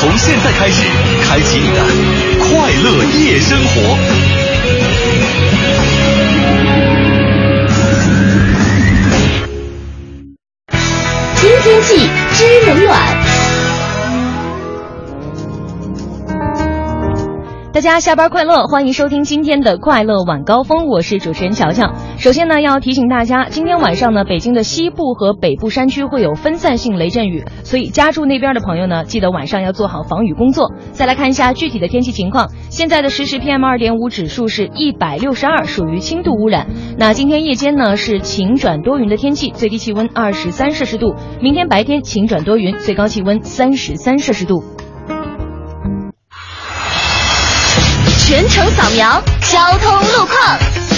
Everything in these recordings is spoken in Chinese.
从现在开始，开启你的快乐夜生活。听天气知冷暖。大家下班快乐！欢迎收听今天的快乐晚高峰，我是主持人乔乔。首先呢，要提醒大家，今天晚上呢，北京的西部和北部山区会有分散性雷阵雨，所以家住那边的朋友呢，记得晚上要做好防雨工作。再来看一下具体的天气情况，现在的实时 PM 二点五指数是一百六十二，属于轻度污染。那今天夜间呢是晴转多云的天气，最低气温二十三摄氏度；明天白天晴转多云，最高气温三十三摄氏度。全程扫描交通路况。嗯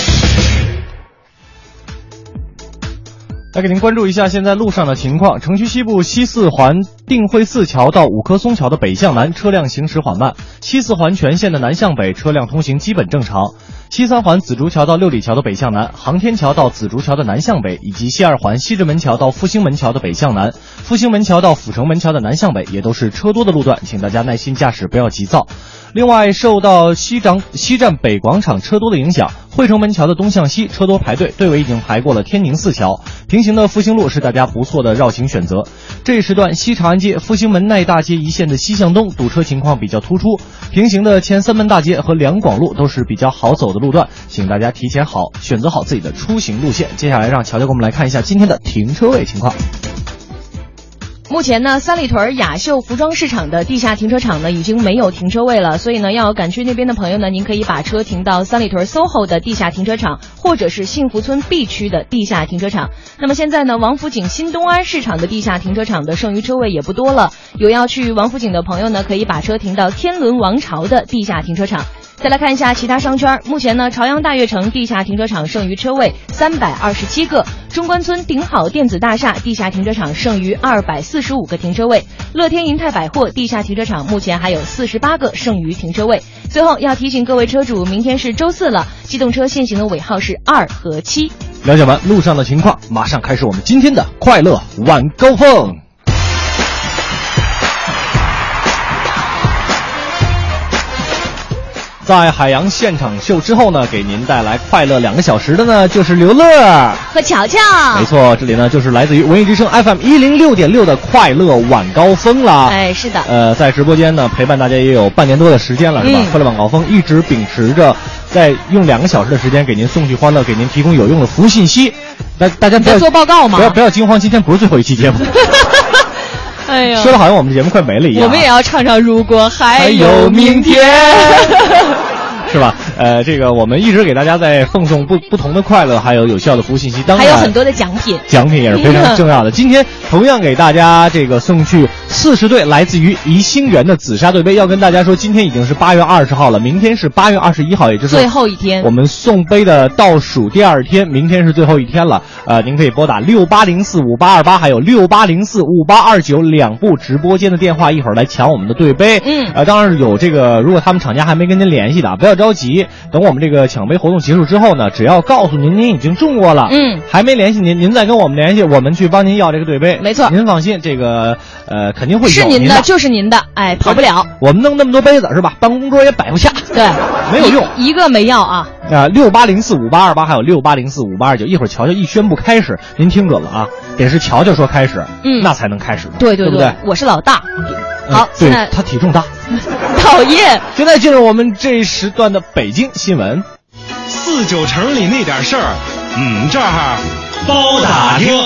来给您关注一下现在路上的情况。城区西部西四环定慧寺桥到五棵松桥的北向南车辆行驶缓慢，西四环全线的南向北车辆通行基本正常。西三环紫竹桥到六里桥的北向南，航天桥到紫竹桥的南向北，以及西二环西直门桥到复兴门桥的北向南，复兴门桥到阜成门桥的南向北，也都是车多的路段，请大家耐心驾驶，不要急躁。另外，受到西长西站北广场车多的影响，惠城门桥的东向西车多排队，队尾已经排过了天宁寺桥。平行的复兴路是大家不错的绕行选择。这一时段，西长安街、复兴门内大街一线的西向东堵车情况比较突出，平行的前三门大街和两广路都是比较好走的路段，请大家提前好选择好自己的出行路线。接下来，让乔乔给我们来看一下今天的停车位情况。目前呢，三里屯雅秀服装市场的地下停车场呢已经没有停车位了，所以呢，要赶去那边的朋友呢，您可以把车停到三里屯 SOHO 的地下停车场，或者是幸福村 B 区的地下停车场。那么现在呢，王府井新东安市场的地下停车场的剩余车位也不多了，有要去王府井的朋友呢，可以把车停到天伦王朝的地下停车场。再来看一下其他商圈，目前呢，朝阳大悦城地下停车场剩余车位三百二十七个，中关村顶好电子大厦地下停车场剩余二百四十五个停车位，乐天银泰百货地下停车场目前还有四十八个剩余停车位。最后要提醒各位车主，明天是周四了，机动车限行的尾号是二和七。了解完路上的情况，马上开始我们今天的快乐晚高峰。在海洋现场秀之后呢，给您带来快乐两个小时的呢，就是刘乐。和乔乔，没错，这里呢就是来自于文艺之声 FM 一零六点六的快乐晚高峰啦。哎，是的，呃，在直播间呢陪伴大家也有半年多的时间了，是吧？嗯快乐晚高峰一直秉持着在用两个小时的时间给您送去欢乐，给您提供有用的服务信息。大大家不要你在做报告吗不要不要惊慌，今天不是最后一期节 目，哎说的好像我们节目快没了一样啊。要唱唱《如果还还有明天。是吧？呃，这个我们一直给大家在奉送不不同的快乐，还有有效的服务信息。当还然，有很多的奖品。奖品也是非常重要的。 今天同样给大家这个送去四十对来自于宜兴园的紫砂对杯，要跟大家说，今天已经是八月二十号了，明天是八月二十一号，也就是最后一天我们送杯的倒数第二天，明天是最后一天了。呃，您可以拨打六八零四五八二八，还有六八零四五八二九两部直播间的电话，一会儿来抢我们的对杯。嗯呃，当然有这个，如果他们厂家还没跟您联系的啊，不要着急，等我们这个抢杯活动结束之后呢，只要告诉您您已经中过了，嗯，还没联系您，您再跟我们联系，我们去帮您要这个对杯。没错您放心，这个呃肯定会有是您的的。就是您的，哎，跑不了。我们弄那么多杯子是吧？办公桌也摆不下，对，没有用。一个没要啊。啊，六八零四五八二八，还有六八零四五八二九。一会儿乔乔一宣布开始，您听准了啊，得是乔乔说开始，嗯那才能开始，对对对，不对？我是老大。好嗯，对现在，他体重大。 讨厌。现在进入我们这一时段的北京新闻。四九城里那点事儿，嗯，这儿包打听。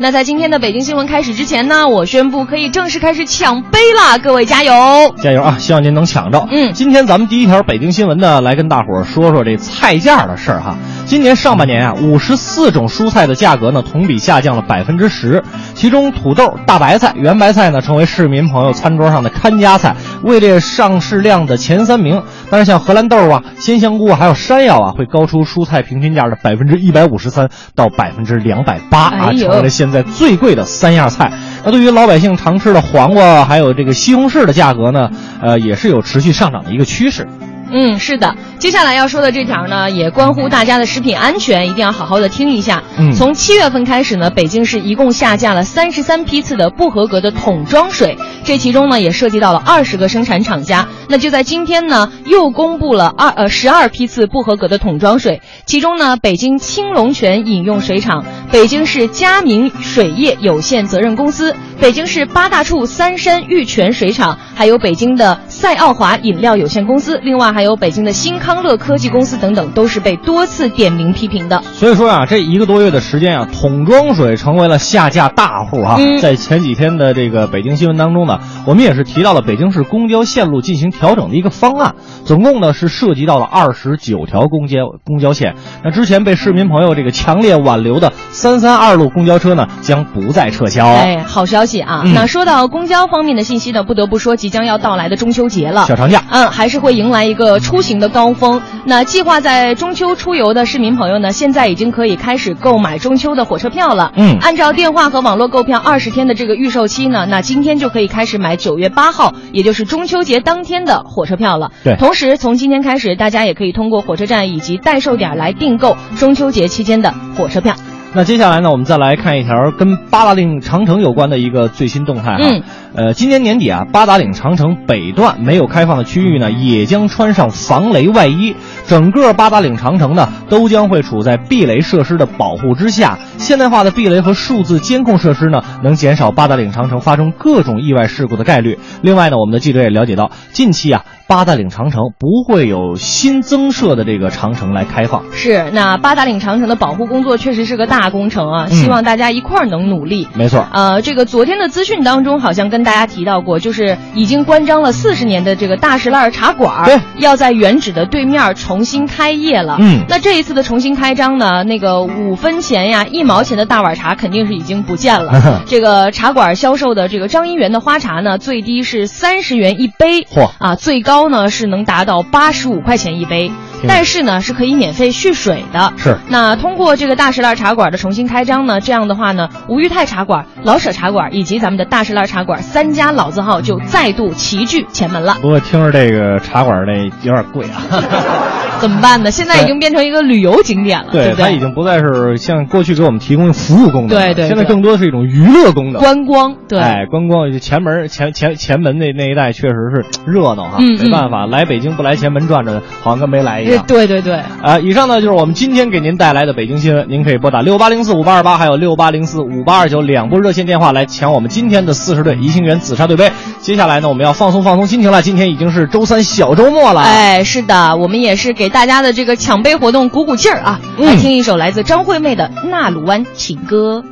那在今天的北京新闻开始之前呢，我宣布可以正式开始抢杯啦，各位加油！加油啊！希望您能抢着。嗯今天咱们第一条北京新闻呢，来跟大伙儿说说这菜价的事儿哈。今年上半年啊，五十四种蔬菜的价格呢同比下降了百分之十，其中土豆、大白菜、圆白菜呢成为市民朋友餐桌上的看家菜，位列上市量的前三名。但是像荷兰豆啊、鲜香菇啊，还有山药啊，会高出蔬菜平均价的百分之一百五十三到百分之两百八啊，哎呦成为了现在最贵的三样菜。那对于老百姓常吃的黄瓜还有这个西红柿的价格呢，呃，也是有持续上涨的一个趋势。嗯，是的。接下来要说的这条呢，也关乎大家的食品安全，一定要好好的听一下。嗯从七月份开始呢，北京市一共下架了三十三批次的不合格的桶装水，这其中呢也涉及到了二十个生产厂家。那就在今天呢，又公布了二呃十二批次不合格的桶装水，其中呢，北京青龙泉饮用水厂、北京市佳明水业有限责任公司、北京市八大处三山玉泉水厂，还有北京的赛奥华饮料有限公司，另外还有北京的新康乐科技公司等等，都是被多次点名批评的。所以说啊，这一个多月的时间啊，桶装水成为了下架大户啊。嗯在前几天的这个北京新闻当中呢，我们也是提到了北京市公交线路进行调整的一个方案，总共呢是涉及到了二十九条公交公交线。那之前被市民朋友这个强烈挽留的三三二路公交车呢，将不再撤销。哎，好消息啊！嗯那说到公交方面的信息呢，不得不说即将要到来的中秋节了。小长假。嗯，还是会迎来一个出行的高峰。那计划在中秋出游的市民朋友呢，现在已经可以开始购买中秋的火车票了。嗯按照电话和网络购票二十天的这个预售期呢，那今天就可以开始买九月八号，也就是中秋节当天的火车票了。对同时从今天开始，大家也可以通过火车站以及代售点来订购中秋节期间的火车票。那接下来呢，我们再来看一条跟八达岭长城有关的一个最新动态哈。嗯。呃，今年年底啊，八达岭长城北段没有开放的区域呢，也将穿上防雷外衣。整个八达岭长城呢，都将会处在避雷设施的保护之下。现代化的避雷和数字监控设施呢，能减少八达岭长城发生各种意外事故的概率。另外呢，我们的记者也了解到，近期啊，八达岭长城不会有新增设的这个长城来开放。是，那八达岭长城的保护工作确实是个大工程啊，希望大家一块儿能努力。嗯没错，呃，这个昨天的资讯当中好像跟大家提到过，就是已经关张了四十年的这个大石栏茶馆儿，对要在原址的对面儿重新开业了。嗯。那这一次的重新开张呢，那个五分钱呀、一毛钱的大碗茶肯定是已经不见了 这个茶馆销售的这个张一元的花茶呢，最低是三十元一杯，嚯啊，最高呢是能达到八十五块钱一杯，挺但是呢是可以免费续水的。是。那通过这个大石栏茶馆的重新开张呢，这样的话呢，吴裕泰茶馆、老舍茶馆以及咱们的大石栏茶馆三家老字号就再度齐聚前门 了。不过听着这个茶馆那有点贵啊。 怎么办呢？现在已经变成一个旅游景点了，对，不它哎已对？经不再是像过去给我们提供服务功能了，对对现在对更多的是一种娱乐功能。观光对。哎，观光就前门前前前门那那一带确实是热闹哈，嗯嗯没办法，来北京不来前门转转，好像跟没来一呃样。对对对，啊，以上呢就是我们今天给您带来的北京新闻，您可以拨打六八零四五八二八，还有六八零四五八二九两部热线电话来抢我们今天的四十对宜兴园紫砂对杯。接下来呢，我们要放松放松心情了，今天已经是周三小周末了。啊哎，是的，我们也是给大家的这个抢杯活动鼓鼓劲儿啊！嗯来听一首来自张惠妹的《纳鲁湾情歌》。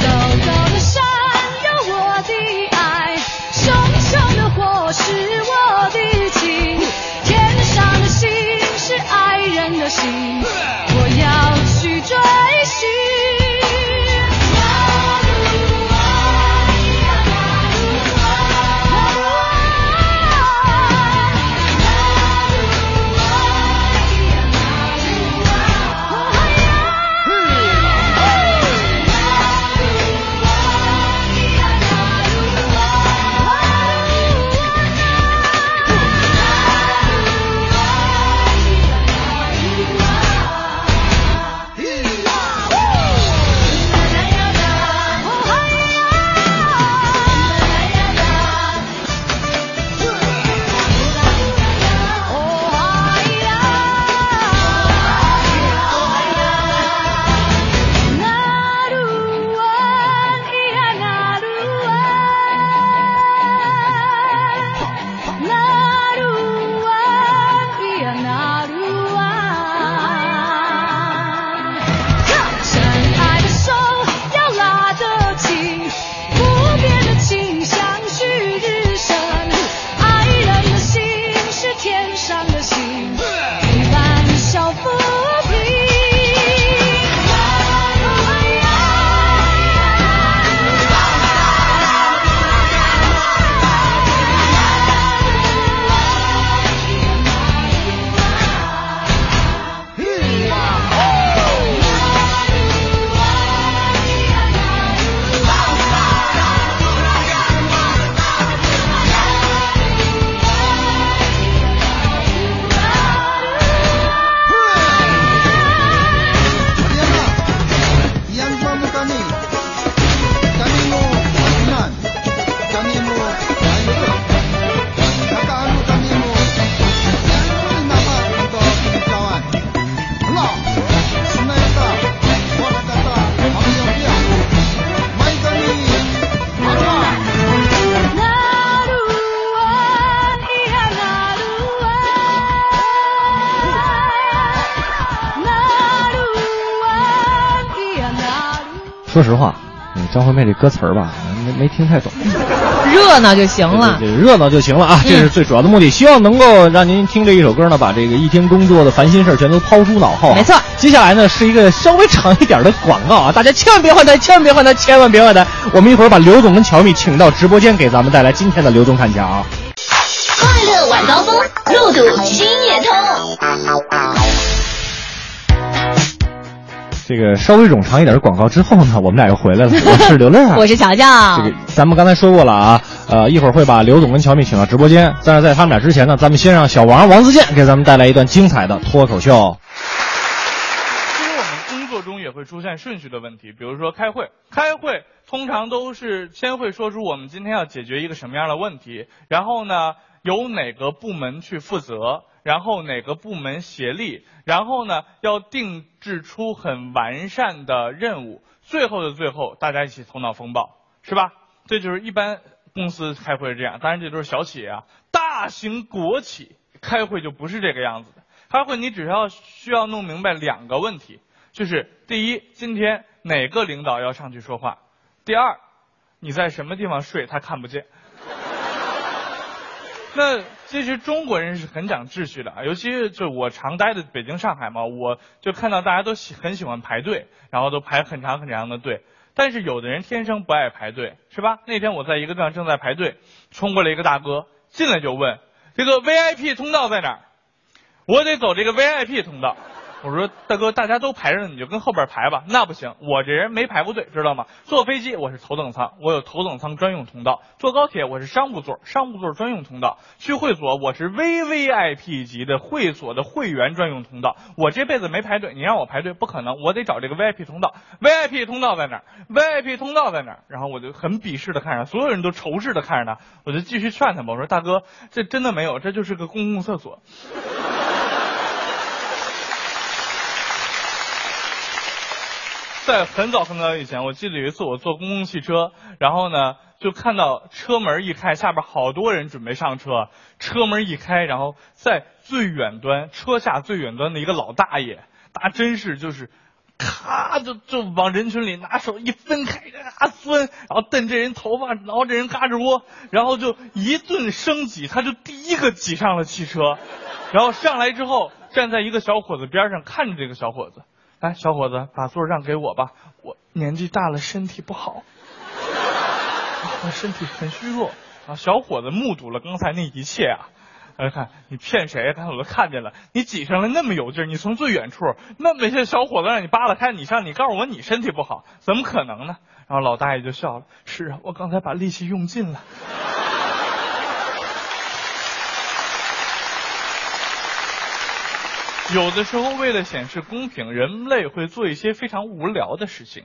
走走的山有我的爱，熊熊的火是我的情，天上的星是爱人的心，我要去追寻。啊！说实话，嗯张惠妹这歌词儿吧，没没听太 懂。热闹就行了。对对对热闹就行了啊，这是最主要的目的。希望能够让您听这一首歌呢，把这个一天工作的烦心事儿全都抛诸脑后啊。没错接下来呢是一个稍微长一点的广告啊，大家千万别换台，千万别换台，千万别换台。我们一会儿把刘总跟乔米请到直播间，给咱们带来今天的刘总看家啊。快乐晚高峰，路堵心也通。这个稍微冗长一点的广告之后呢，我们俩又回来了。我是刘乐啊， 我是乔乔。这个咱们刚才说过了啊，呃，一会儿会把刘总跟乔米请到直播间，但是在他们俩之前呢，咱们先让小王王自健给咱们带来一段精彩的脱口秀。其实我们工作中也会出现顺序的问题，比如说开会，开会通常都是先会说出我们今天要解决一个什么样的问题，然后呢由哪个部门去负责，然后哪个部门协力，然后呢要定制出很完善的任务，最后的最后大家一起头脑风暴，是吧？这就是一般公司开会是这样，当然这都是小企业啊，大型国企开会就不是这个样子的。开会你只要需要弄明白两个问题，就是第一，今天哪个领导要上去说话；第二，你在什么地方睡他看不见。 那其实中国人是很讲秩序的，啊尤其是就我常待的北京、上海嘛，我就看到大家都喜很喜欢排队，然后都排很长很长的队。但是有的人天生不爱排队，是吧？那天我在一个地方正在排队，冲过来一个大哥，进来就问：“这个 VIP 通道在哪儿？”我得走这个 VIP 通道。我说大哥，大家都排着呢，你就跟后边排吧。那不行，我这人没排过队，知道吗？坐飞机我是头等舱，我有头等舱专用通道；坐高铁我是商务座，商务座专用通道；去会所我是 VVIP 级的会所的会员专用通道。我这辈子没排队，你让我排队不可能，我得找这个 VIP 通道。VIP 通道在哪儿？VIP 通道在哪儿？然后我就很鄙视的看着他，所有人都仇视的看着他，我就继续劝他嘛。我说大哥，这真的没有，这就是个公共厕所。在很早很早以前，我记得有一次我坐公共汽车，然后呢就看到车门一开，下边好多人准备上车，车门一开，然后在最远端车下最远端的一个老大爷，那真是就是。咔就就往人群里拿手一分开，啊钻，然后蹬这人头发，然后这人胳肢窝，然后就一顿升挤，他就第一个挤上了汽车，然后上来之后站在一个小伙子边上看着这个小伙子，来，哎小伙子，把座让给我吧，我年纪大了，身体不好，我身体很虚弱。啊，小伙子目睹了刚才那一切啊，他就看你骗谁啊？刚才我都看见了，你挤上来那么有劲儿，你从最远处那么些小伙子让你扒拉开，你上，你告诉我你身体不好，怎么可能呢？然后老大爷就笑了，是啊，我刚才把力气用尽了。有的时候，为了显示公平，人类会做一些非常无聊的事情，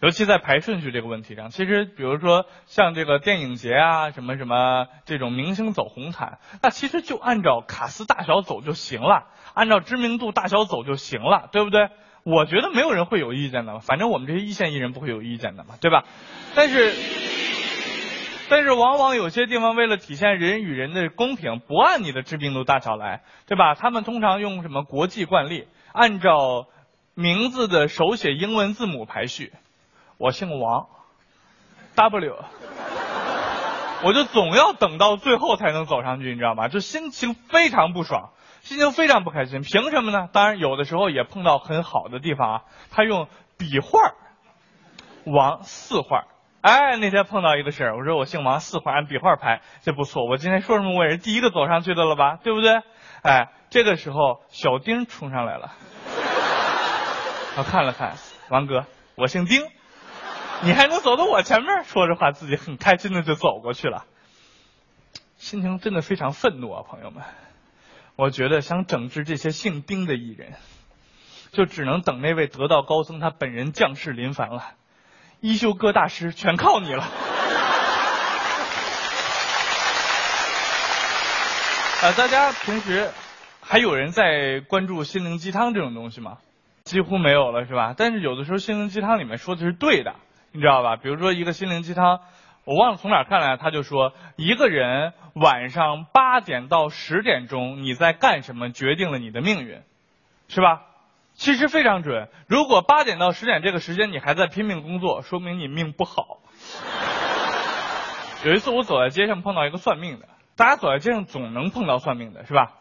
尤其在排顺序这个问题上。其实，比如说像这个电影节啊，什么什么这种明星走红毯，那其实就按照卡司大小走就行了，按照知名度大小走就行了，对不对？我觉得没有人会有意见的嘛，反正我们这些一线艺人不会有意见的嘛，对吧？但是。但是往往有些地方为了体现人与人的公平，不按你的知名度大小来，对吧？他们通常用什么国际惯例，按照名字的手写英文字母排序。我姓王，W，我就总要等到最后才能走上去，你知道吗？就心情非常不爽，心情非常不开心。凭什么呢？当然有的时候也碰到很好的地方啊，他用笔画儿王四画儿。哎，那天碰到一个事儿，我说我姓王，四画按笔画排，这不错。我今天说什么我也是第一个走上去的了吧，对不对？哎，这个时候小丁冲上来了， 我看了看，王哥，我姓丁，你还能走到我前面？说着话，自己很开心的就走过去了，心情真的非常愤怒啊，朋友们，我觉得想整治这些姓丁的艺人，就只能等那位得道高僧他本人降世临凡了。一休哥大师，全靠你了。啊，大家平时还有人在关注心灵鸡汤这种东西吗？几乎没有了，是吧？但是有的时候心灵鸡汤里面说的是对的，你知道吧？比如说一个心灵鸡汤，我忘了从哪儿看来，他就说一个人晚上八点到十点钟你在干什么，决定了你的命运，是吧？其实非常准。如果八点到十点这个时间你还在拼命工作，说明你命不好。有一次我走在街上碰到一个算命的，大家走在街上总能碰到算命的是吧？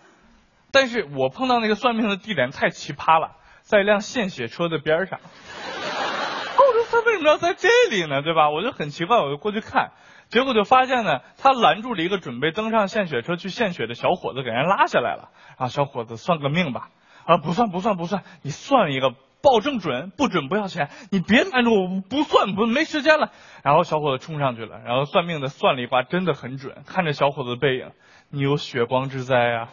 但是我碰到那个算命的地点太奇葩了，在一辆献血车的边上。 哦，我说他为什么要在这里呢？对吧？我就很奇怪，我就过去看，结果就发现呢，他拦住了一个准备登上献血车去献血的小伙子，给人拉下来了。啊，小伙子，算个命吧。啊，不算不算不算，你算一个，保证准，不准不要钱。你别拦着我，我不算不没时间了。然后小伙子冲上去了，然后算命的算了一卦，真的很准。看着小伙子的背影，你有血光之灾啊！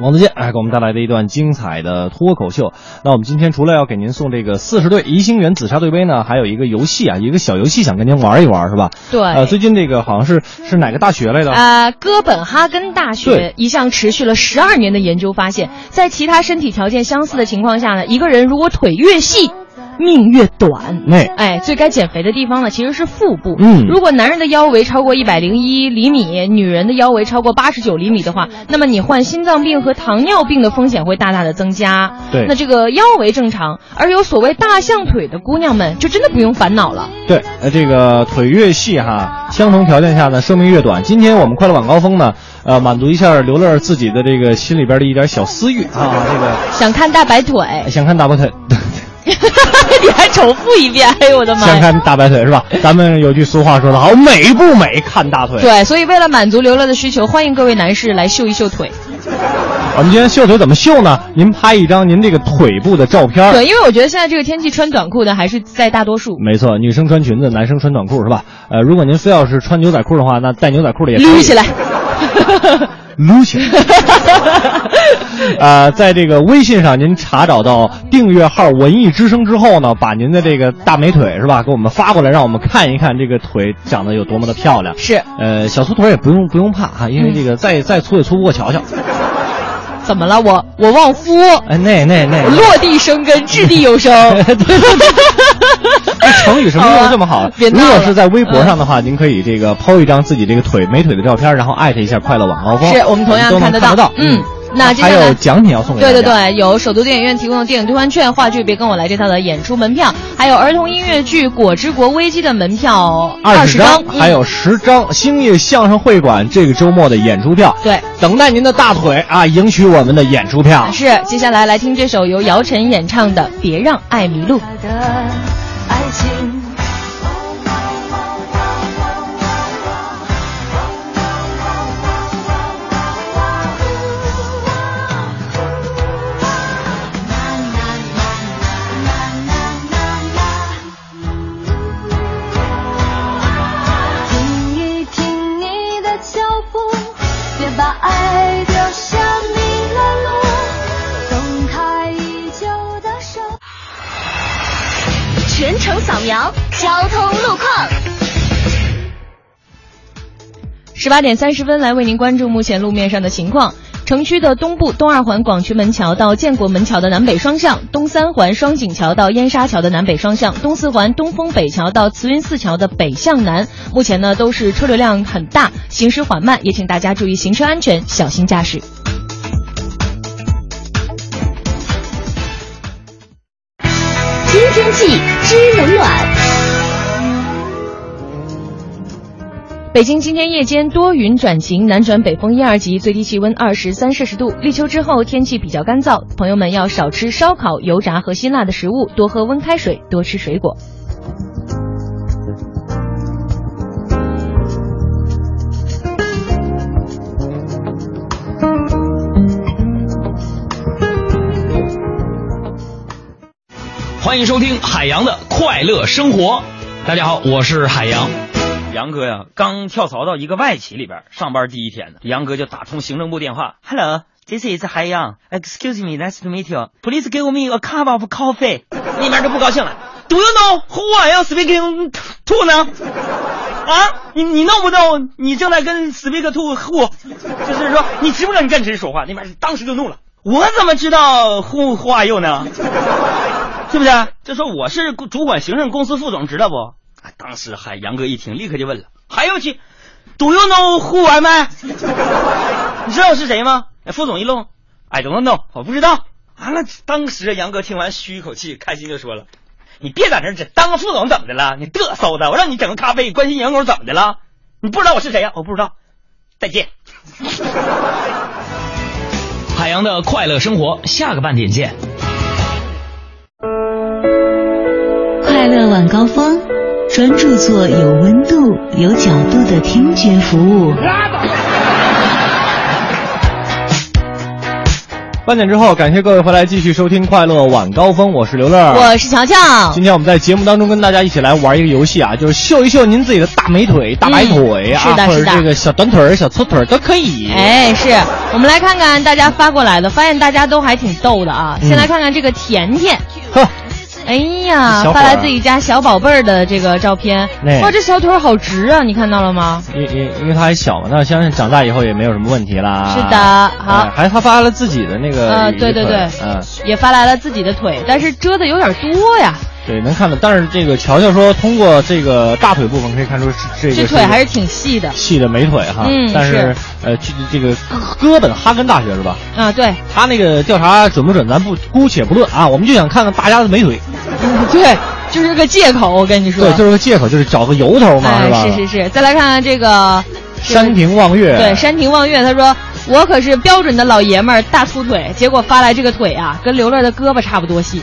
王自健，哎，给我们带来的一段精彩的脱口秀。那我们今天除了要给您送这个四十对宜兴园紫砂对杯呢，还有一个游戏啊，一个小游戏想跟您玩一玩，是吧？对呃，最近这个好像是是哪个大学来的？呃，哥本哈根大对学一项持续了十二年的研究发现，在其他身体条件相似的情况下呢，一个人如果腿越细，命越短。 那哎，最该减肥的地方呢，其实是腹部。嗯如果男人的腰围超过一百零一厘米，女人的腰围超过八十九厘米的话，那么你患心脏病和糖尿病的风险会大大的增加。对那这个腰围正常，而有所谓大象腿的姑娘们，就真的不用烦恼了。对，呃，这个腿越细哈，相同条件下呢，寿命越短。今天我们快乐晚高峰呢，呃，满足一下刘乐自己的这个心里边的一点小私欲 啊，这个想看大白腿， 想看大白腿，你还重复一遍，哎呦我的妈想呀！看大白腿是吧？咱们有句俗话说得好，美不美看大腿。对，所以为了满足刘乐的需求，欢迎各位男士来秀一秀腿。我们今天秀腿怎么秀呢？您拍一张您这个腿部的照片儿。对，因为我觉得现在这个天气穿短裤的还是在大多数。没错，女生穿裙子，男生穿短裤是吧？呃，如果您非要是穿牛仔裤的话，那带牛仔裤的也可以撸起来。撸 起来。呃，在这个微信上，您查找到订阅号“文艺之声”之后呢，把您的这个大美腿是吧，给我们发过来，让我们看一看这个腿长得有多么的漂亮。是，呃，小粗腿也不用不用怕哈，因为这个再再粗也粗不过乔乔。怎么了？我我旺夫，哎，那那 那，落地生根，掷地 有声。这成语什么用的这么好啊？别如闹了果是在微博上的话，您可以这个抛一张自己这个腿美腿的照片，然后艾特一下快乐晚高峰，是我们同样都能看看得到到。嗯那接下还来有奖品要送给大对家。对对，有首都电影院提供的电影兑换券、话剧《别跟我来这套》的演出门票，还有儿童音乐剧《果之国危机》的门票二十十张，嗯还有十张兴业相声会馆这个周末的演出票。对，等待您的大腿啊，赢取我们的演出票。是，接下来来听这首由姚晨演唱的《别让爱迷路》。的爱情。听一听你的脚步，别把爱丢下迷了路，松开已久的手。全程扫描交通路况。十八点三十分，来为您关注目前路面上的情况。城区的东部东二环广渠门桥到建国门桥的南北双向，东三环双井桥到燕莎桥的南北双向，东四环东风北桥到慈云寺桥的北向南，目前呢都是车流量很大，行驶缓慢，也请大家注意行车安全，小心驾驶。听天气知冷暖，北京今天夜间多云转晴，南转北风一二级，最低气温二十三摄氏度。立秋之后天气比较干燥，朋友们要少吃烧烤、油炸和辛辣的食物，多喝温开水，多吃水果。欢迎收听海洋的快乐生活。大家好，我是海洋。杨哥呀，刚跳槽到一个外企里边上班第一天呢，杨哥就打通行政部电话：“Hello, this is 海洋。Excuse me, nice to meet you. Please give me a cup of coffee。”那边就不高兴了：“Do you know who I am speaking to 呢？啊，你你 know 不 know？你正在跟 speak to who？就是说你知不知道你跟谁说话？”那边当时就怒了：“我怎么知道 who who are you 呢？”是不是？就说我是主管行政公司副总，知道不？啊当时海洋哥一听，立刻就问了：“还有几？Do you know who am I？” 你知道我是谁吗？”哎，副总一愣，“I don't know，我不知道。”完了，当时杨哥听完吁一口气，开心就说了：“你别在那儿整，当个副总怎么的了？你嘚瑟的，我让你整个咖啡，关心员工怎么的了？你不知道我是谁呀、我不知道。再见。” 海洋的快乐生活，下个半点见。快乐晚高峰，专注做有温度、有角度的听觉服务。半点之后，感谢各位回来继续收听《快乐晚高峰》，我是刘乐，我是乔乔。今天我们在节目当中跟大家一起来玩一个游戏啊，就是秀一秀您自己的大美腿、大白腿啊，嗯是的或者是的这个小短腿儿、小粗腿儿都可以。哎，是我们来看看大家发过来的，发现大家都还挺逗的啊。嗯先来看看这个甜甜，呵，哎呀小，伙儿发来自己家小宝贝儿的这个照片哎，哇，这小腿儿好直啊，你看到了吗？因因因为他还小嘛，那相信长大以后也没有什么问题啦。是的好哎还他发了自己的那个，呃，对对对，嗯，也发来了自己的腿，但是遮的有点多呀，对，能看到。但是这个乔乔说，通过这个大腿部分可以看出这个这是腿还是挺细的细的美腿哈。嗯但是呃，这这个哥本哈根大学是吧？啊。 对，他那个调查准不准，咱不姑且不论啊，我们就想看看大家的美腿。嗯对，就是个借口，我跟你说。对，就是个借口，就是找个由头嘛，哎，吧？是是是，再来看看这个山亭望月，对，山亭望月，他说我可是标准的老爷们儿，大粗腿，结果发来这个腿啊，跟刘乐的胳膊差不多细。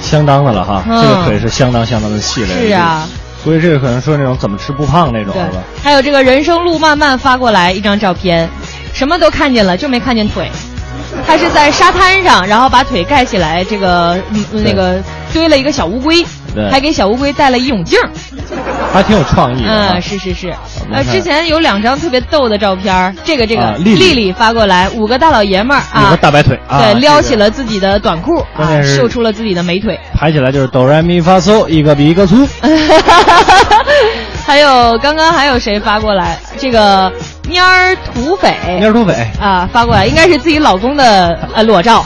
相当的了哈，嗯这个腿是相当相当的细了。是啊，所以这个可能说那种怎么吃不胖那种，对是吧？，还有这个人生路漫漫发过来一张照片，什么都看见了，就没看见腿。他是在沙滩上，然后把腿盖起来，这个嗯那个堆了一个小乌龟对，还给小乌龟戴了一泳镜儿。还挺有创意的啊。嗯，是是是，我呃，们看之前有两张特别逗的照片儿，这个这啊个丽丽发过来，五个大老爷们儿有啊个，大白腿啊，对，撩起这个了自己的短裤关啊键，是秀出了自己的美腿。 排起来就是哆来咪发嗦，一个比一个粗。还有刚刚还有谁发过来？这个蔫儿土匪蔫儿土匪，啊发过来，应该是自己老公的呃 裸照，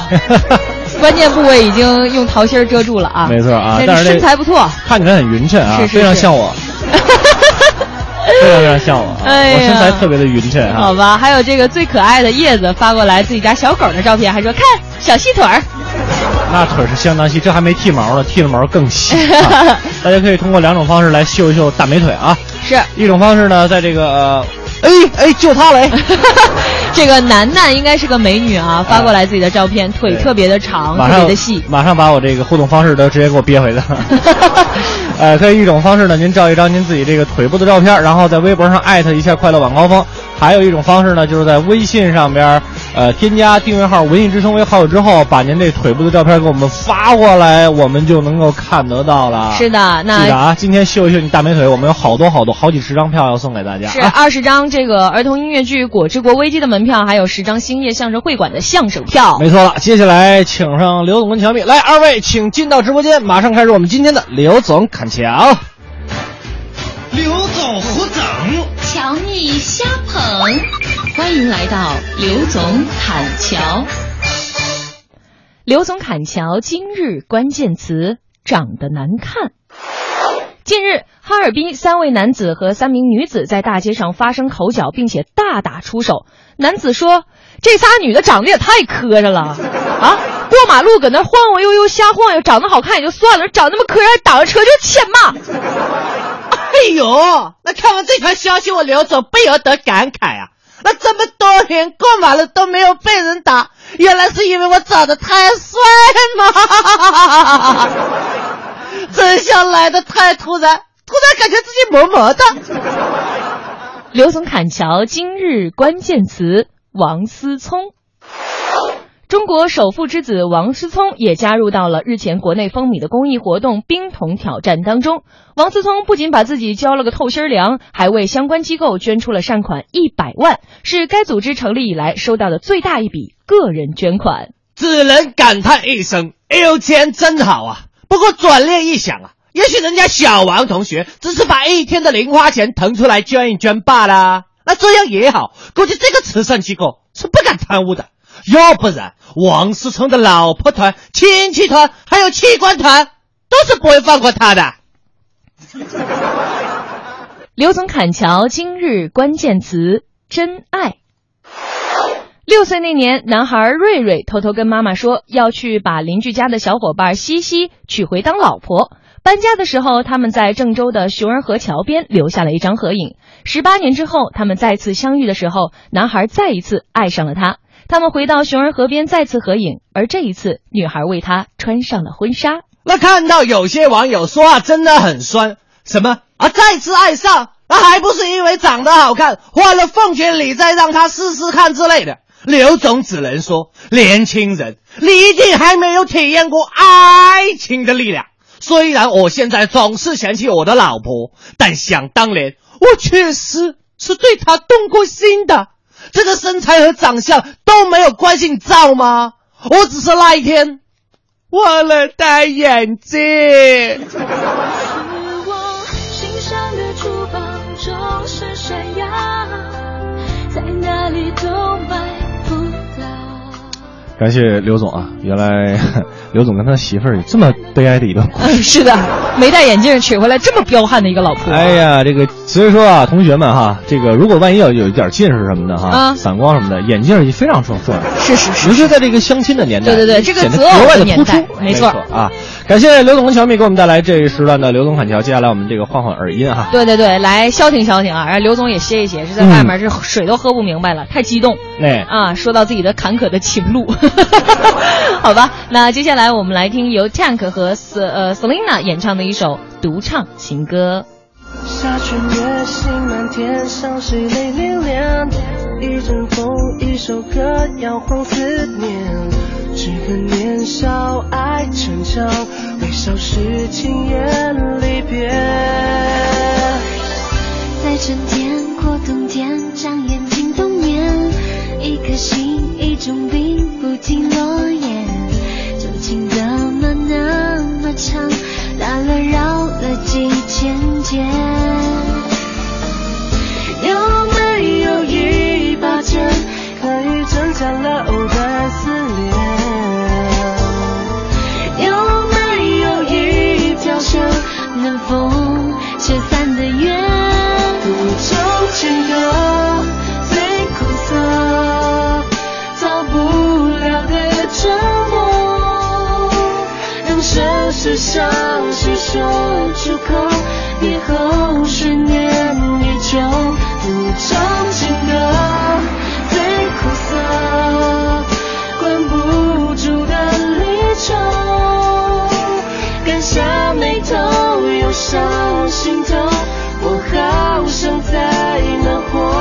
关键部位已经用桃心儿遮住了啊。没错啊，但但是是这身材不错。看起来很匀称啊，是是非常是像 我，非常非常像我啊，哎呀哦我身材特别的匀称好啊。吧，还有这个最可爱的叶子发过来自己家小狗的照片，还说看小细腿儿。那腿是相当细，这还没剃毛呢，剃了毛更细、 啊。大家可以通过两种方式来秀一秀大美腿啊。是一种方式呢，在这个，呃哎哎，就他嘞，这个楠楠应该是个美女啊，发过来自己的照片，腿特别的长，马特别上的细。马上把我这个互动方式都直接给我憋 回去了。呃，可以一种方式呢，您照一张您自己这个腿部的照片，然后在微博上艾特一下快乐晚高峰。还有一种方式呢，就是在微信上边，呃，添加订阅号“文艺之声”为好友之后，把您这腿部的照片给我们发过来，我们就能够看得到了。记是的，得那。啊，今天秀一秀你大美腿，我们有好多好多好几十张票要送给大家。是啊，二十张这个儿童音乐剧《果之国危机》的门票，还有十张星夜相声会馆的相声票。没错了。接下来请上刘总跟乔蜜，来，二位请进到直播间，马上开始我们今天的刘总侃乔。刘总胡总，乔蜜瞎捧，欢迎来到刘总侃乔。刘总砍桥今日关键词：长得难看。近日，哈尔滨三位男子和三名女子在大街上发生口角，并且大打出手。男子说：“这仨女的长得也太磕碜了啊！过马路搁那晃晃悠悠瞎晃悠，哎长得好看也就算了，长那么磕碜还挡着车，就欠骂。”哎呦，那看完这条消息，我刘总不由得感慨啊，那这么多年过马路都没有被人打，原来是因为我长得太帅嘛！ 真相来的太突然，突然感觉自己萌萌的。刘总砍桥今日关键词：王思聪。中国首富之子王思聪也加入到了日前国内风靡的公益活动“冰桶挑战”当中。王思聪不仅把自己浇了个透心儿凉，还为相关机构捐出了善款一百万，是该组织成立以来收到的最大一笔个人捐款。只能感叹一声：“哎呦天，真好啊！”不过转念一想啊，也许人家小王同学只是把一天的零花钱腾出来捐一捐罢啦。那这样也好，估计这个慈善机构是不敢贪污的，要不然王思聪的老婆团、亲戚团还有器官团都是不会放过他的。刘总砍桥今日关键词：真爱。六岁那年，男孩瑞瑞偷偷跟妈妈说要去把邻居家的小伙伴西西娶回当老婆。搬家的时候，他们在郑州的熊儿河桥边留下了一张合影。十八年之后，他们再次相遇的时候，男孩再一次爱上了她。他们回到熊儿河边再次合影，而这一次，女孩为他穿上了婚纱。那看到有些网友说话真的很酸，什么啊，再次爱上，那还不是因为长得好看，花了奉献礼再让他试试看之类的。刘总只能说，年轻人，你一定还没有体验过爱情的力量。虽然我现在总是想起我的老婆，但想当年，我确实是对她动过心的。这个身材和长相都没有关系，你知道吗？我只是那一天忘了戴眼镜。是我心上的厨房总是闪耀，在哪里都买不到。感谢刘总啊，原来刘总跟他媳妇儿有这么悲哀的一段故事。嗯， 是的，没戴眼镜娶回来这么彪悍的一个老婆。哎呀，这个所以说啊，同学们哈，这个如果万一要有一点近视什么的哈，啊散光什么的，眼镜儿也非常重重要。是是是，尤其在这个相亲的年代，对对对这个显得择偶格外的的年突出代，没没错啊。感谢刘总跟小米给我们带来这一时段的刘总侃桥，接下来我们这个换换耳音哈。对对对，来消停消停啊，让刘总也歇一歇，这在外面这水都喝不明白了，太激动。哎啊，说到自己的坎坷的情路， 好吧，那接下来我们来听由 Tank 和 S 呃 Selina 演唱的一首独唱情歌。下着月星满天，像谁泪涟涟？一阵风，一首歌，摇晃思念。只恨年少爱逞强，微笑是情言离别。在春天或冬天，长眼睛冬眠，一颗心，一种病，不禁落叶。旧情怎么那么长，拉了绕了几千圈。有没有一把剑，可以挣扎了偶的思念？有没有一条线，能否驱散的远？独唱情歌最苦涩，逃不了的折磨。让城市像是说出口，以后十年也久。独唱情歌最苦涩，关不住的离愁，赶下眉头又上心头，我好想再能活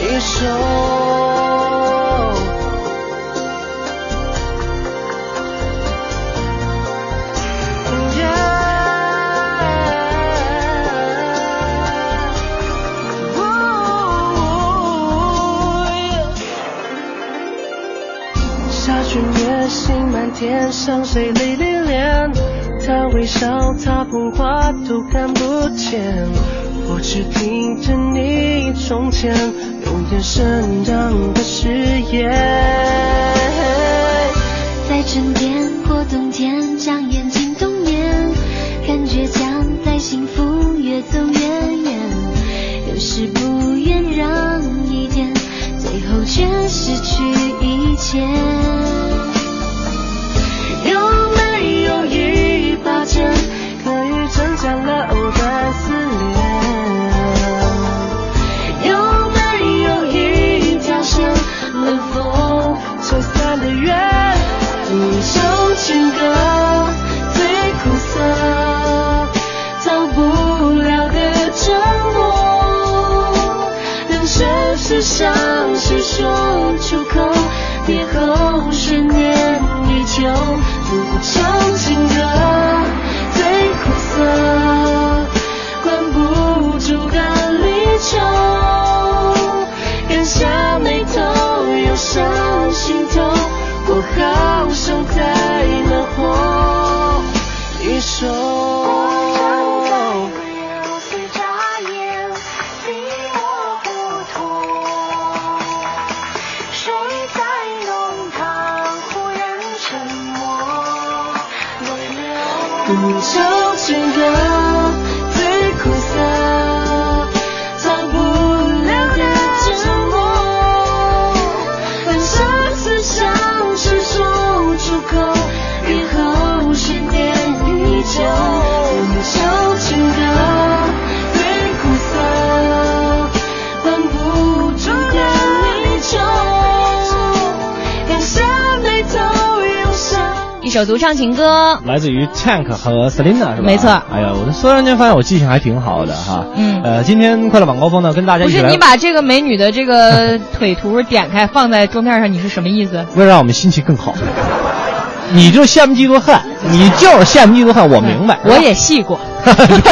一首。下着月星满天，像谁泪涟涟？他微笑，他捧花都看不见。我只听着你从前用眼神讲的誓言。在春天或冬天，长眼睛冬眠，感觉像在幸福越走越远。有时不愿让一天，最后却失去一切。有没有一把剑，可以挣扎了偶的思念？有没有一条线，能否吹散的远？一首情歌最苦涩，逃不了的折磨，让城市像是说出口，以后十年已久，独唱情歌最苦涩，关不住的离愁，赶下眉头又上心头，我好想再能活一首。谁在弄堂忽然沉默？泪流。独唱情歌最苦涩，逃不了的折磨，手足唱情歌。来自于 Tank 和 Selina 是吧？没错哎呀，我突然间发现我记性还挺好的哈。嗯呃，今天快乐晚高峰呢，跟大家不一起是来你把这个美女的这个腿图点开放在桌面上，你是什么意思？为了让我们心情更好，你就羡慕嫉妒恨，你就是羡慕嫉妒恨，我明白。我也细过，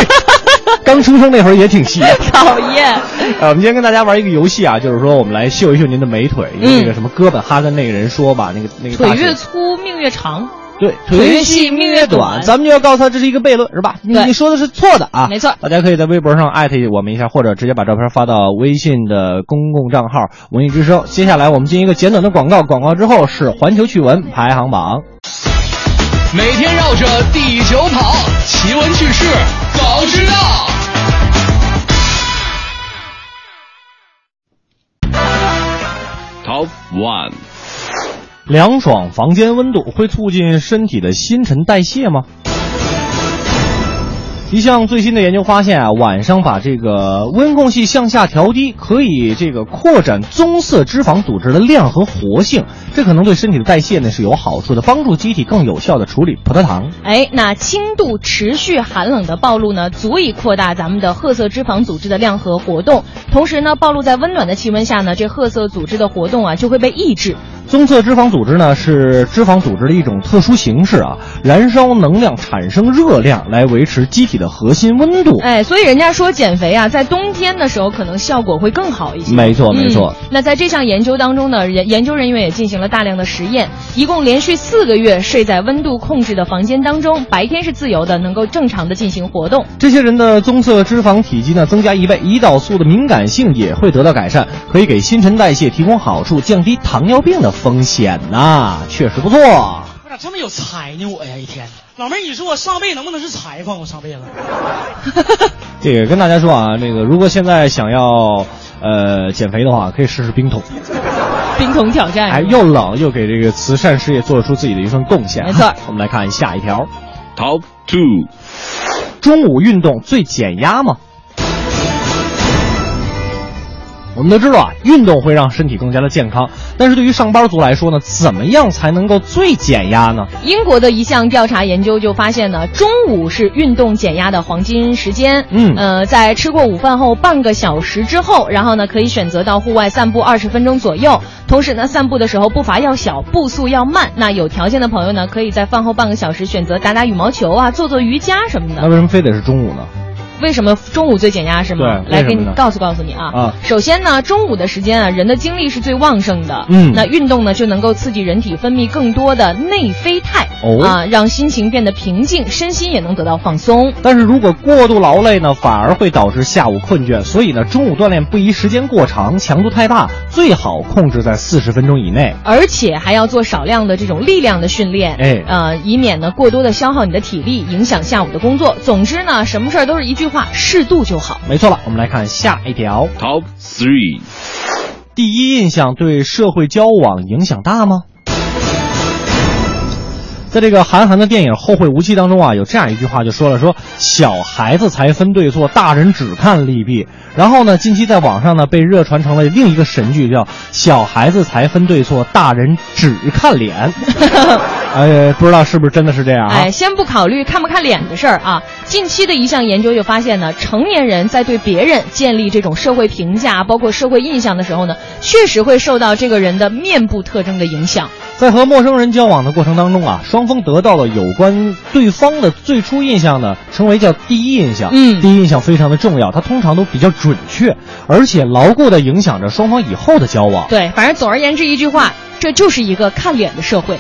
刚出生那会儿也挺细的。 讨厌。呃，我们今天跟大家玩一个游戏啊，就是说我们来秀一秀您的美腿，因为那个什么哥本哈根那个人说吧，那个那个嗯腿大越神粗命越长。对，腿越越细命越短咱们就要告诉他这是一个悖论，是吧？你对你说的是错的啊，没错。大家可以在微博上艾特我们一下，或者直接把照片发到微信的公共账号“文艺之声”。接下来我们进一个简短的广告，广告之后是环球趣闻排行榜。每天绕着地球跑，奇闻趣事早知道。 Top One，凉爽房间温度会促进身体的新陈代谢吗？一项最新的研究发现啊，晚上把这个温控器向下调低，可以这个扩展棕色脂肪组织的量和活性，这可能对身体的代谢呢是有好处的，帮助机体更有效的处理葡萄糖。哎，那轻度持续寒冷的暴露呢，足以扩大咱们的褐色脂肪组织的量和活动。同时呢，暴露在温暖的气温下呢，这褐色组织的活动啊就会被抑制。棕色脂肪组织呢是脂肪组织的一种特殊形式啊，燃烧能量产生热量来维持机体的核心温度。哎，所以人家说减肥啊，在冬天的时候可能效果会更好一些。没错没错嗯那在这项研究当中呢，研研究人员也进行了大量的实验，一共连续四个月睡在温度控制的房间当中，白天是自由的，能够正常的进行活动。这些人的棕色脂肪体积呢增加一倍，胰岛素的敏感性也会得到改善，可以给新陈代谢提供好处，降低糖尿病的风险呐、确实不错。我咋这么有才呢？我呀，一天，老妹儿，你说我上辈能不能是裁缝？我上辈子，这个跟大家说啊，这个如果现在想要呃减肥的话，可以试试冰桶，冰桶挑战。哎，又冷又给这个慈善事业做出自己的一份贡献。啊没错，我们来看下一条， Top Two，中午运动最减压吗？我们都知道啊，运动会让身体更加的健康，但是对于上班族来说呢，怎么样才能够最减压呢？英国的一项调查研究就发现呢，中午是运动减压的黄金时间。嗯呃，在吃过午饭后半个小时之后，然后呢可以选择到户外散步二十分钟左右。同时呢，散步的时候步伐要小，步速要慢。那有条件的朋友呢，可以在饭后半个小时选择打打羽毛球啊，做做瑜伽什么的。那为什么非得是中午呢？为什么中午最减压是吗？对来为给什么你呢告诉告诉你啊。啊首先呢，中午的时间啊，人的精力是最旺盛的。嗯那运动呢就能够刺激人体分泌更多的内啡肽、哦啊，让心情变得平静，身心也能得到放松。但是如果过度劳累呢，反而会导致下午困倦，所以呢，中午锻炼不宜时间过长，强度太大，最好控制在四十分钟以内。而且还要做少量的这种力量的训练，哎呃，以免呢过多的消耗你的体力，影响下午的工作。总之呢，什么事儿都是一句话，适度就好。没错了，我们来看下一条。 Top Three，第一印象对社会交往影响大吗？在这个韩寒的电影《后会无期》当中啊，有这样一句话就说了说小孩子才分对错，大人只看利弊。然后呢，近期在网上呢被热传成了另一个神剧，叫《小孩子才分对错，大人只看脸》。 哎，不知道是不是真的是这样啊？哎，先不考虑看不看脸的事儿啊，近期的一项研究就发现呢，成年人在对别人建立这种社会评价，包括社会印象的时候呢，确实会受到这个人的面部特征的影响。在和陌生人交往的过程当中啊，双方得到了有关对方的最初印象呢，称为叫第一印象。嗯第一印象非常的重要，它通常都比较准确，而且牢固的影响着双方以后的交往。对，反正总而言之一句话，这就是一个看脸的社会，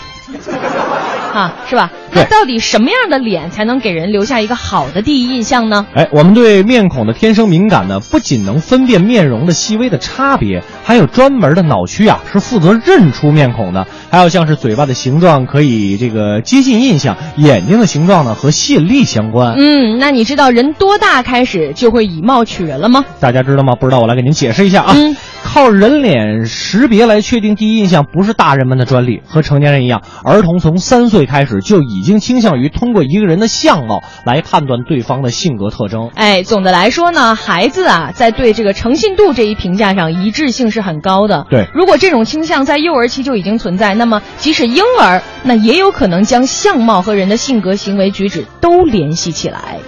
啊，是吧？那到底什么样的脸才能给人留下一个好的第一印象呢？哎，我们对面孔的天生敏感呢，不仅能分辨面容的细微的差别，还有专门的脑区啊，是负责认出面孔的。还有像是嘴巴的形状可以这个接近印象，眼睛的形状呢和吸引力相关。嗯，那你知道人多大开始就会以貌取人了吗？大家知道吗？不知道，我来给您解释一下啊。靠人脸识别来确定第一印象不是大人们的专利。和成年人一样，儿童从三岁开始就已经倾向于通过一个人的相貌来判断对方的性格特征。哎，总的来说呢，孩子啊，在对这个诚信度这一评价上一致性是很高的。对如果这种倾向在幼儿期就已经存在，那么即使婴儿，那也有可能将相貌和人的性格、行为举止都联系起来。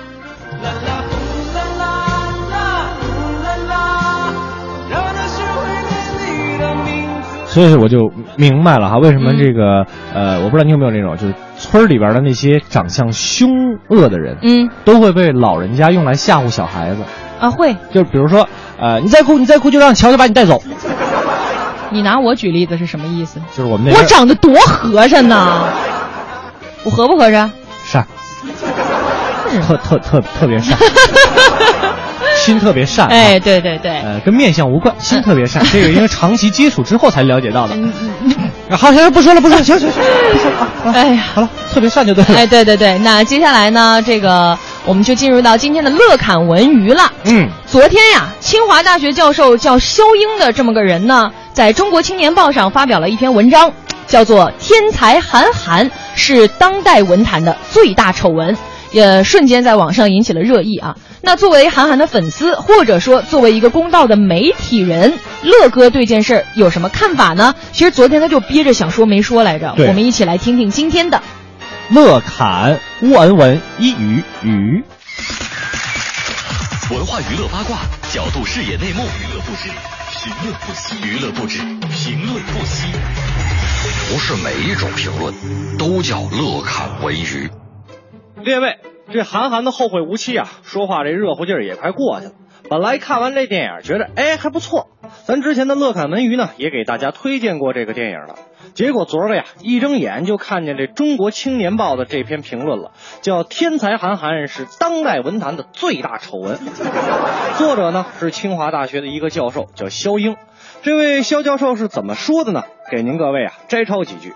所以我就明白了哈，为什么这个、呃，我不知道你有没有这种，就是村儿里边的那些长相凶恶的人，嗯，都会被老人家用来吓唬小孩子。啊，会，就比如说，呃，你再哭，你再哭，就让乔乔把你带走。你拿我举例子是什么意思？就是我们那我边长得多合着呢，我合不合着？善，特特特特别善，心特别善。啊哎，对对对，呃，跟面相无关，心特别善，这个因为长期接触之后才了解到的。啊好，行，不说了，不说了，行行行，不说了。啊哎呀，好了，特别善就对了。哎，对对对，那接下来呢，这个我们就进入到今天的乐侃文娱了。嗯，昨天呀，清华大学教授叫肖英的这么个人呢，在中国青年报上发表了一篇文章，叫做《天才韩寒是当代文坛的最大丑闻》。也瞬间在网上引起了热议啊！那作为韩寒的粉丝，或者说作为一个公道的媒体人，乐哥对这件事儿有什么看法呢？其实昨天他就憋着想说没说来着，对我们一起来听听今天的。乐侃乌恩文一语语。文化娱乐八卦，角度视野内幕，娱乐不止，评论不息，娱乐不止，评论不息。不是每一种评论都叫乐侃文娱。列位，这韩寒的《后会无期》啊，说话这热乎劲儿也快过去了。本来看完这电影觉得哎还不错，咱之前的乐侃文娱呢也给大家推荐过这个电影了。结果昨儿个呀，一睁眼就看见这《中国青年报》的这篇评论了，叫“天才韩寒是当代文坛的最大丑闻”。作者呢是清华大学的一个教授，叫肖英。这位肖教授是怎么说的呢？给您各位啊摘抄几句。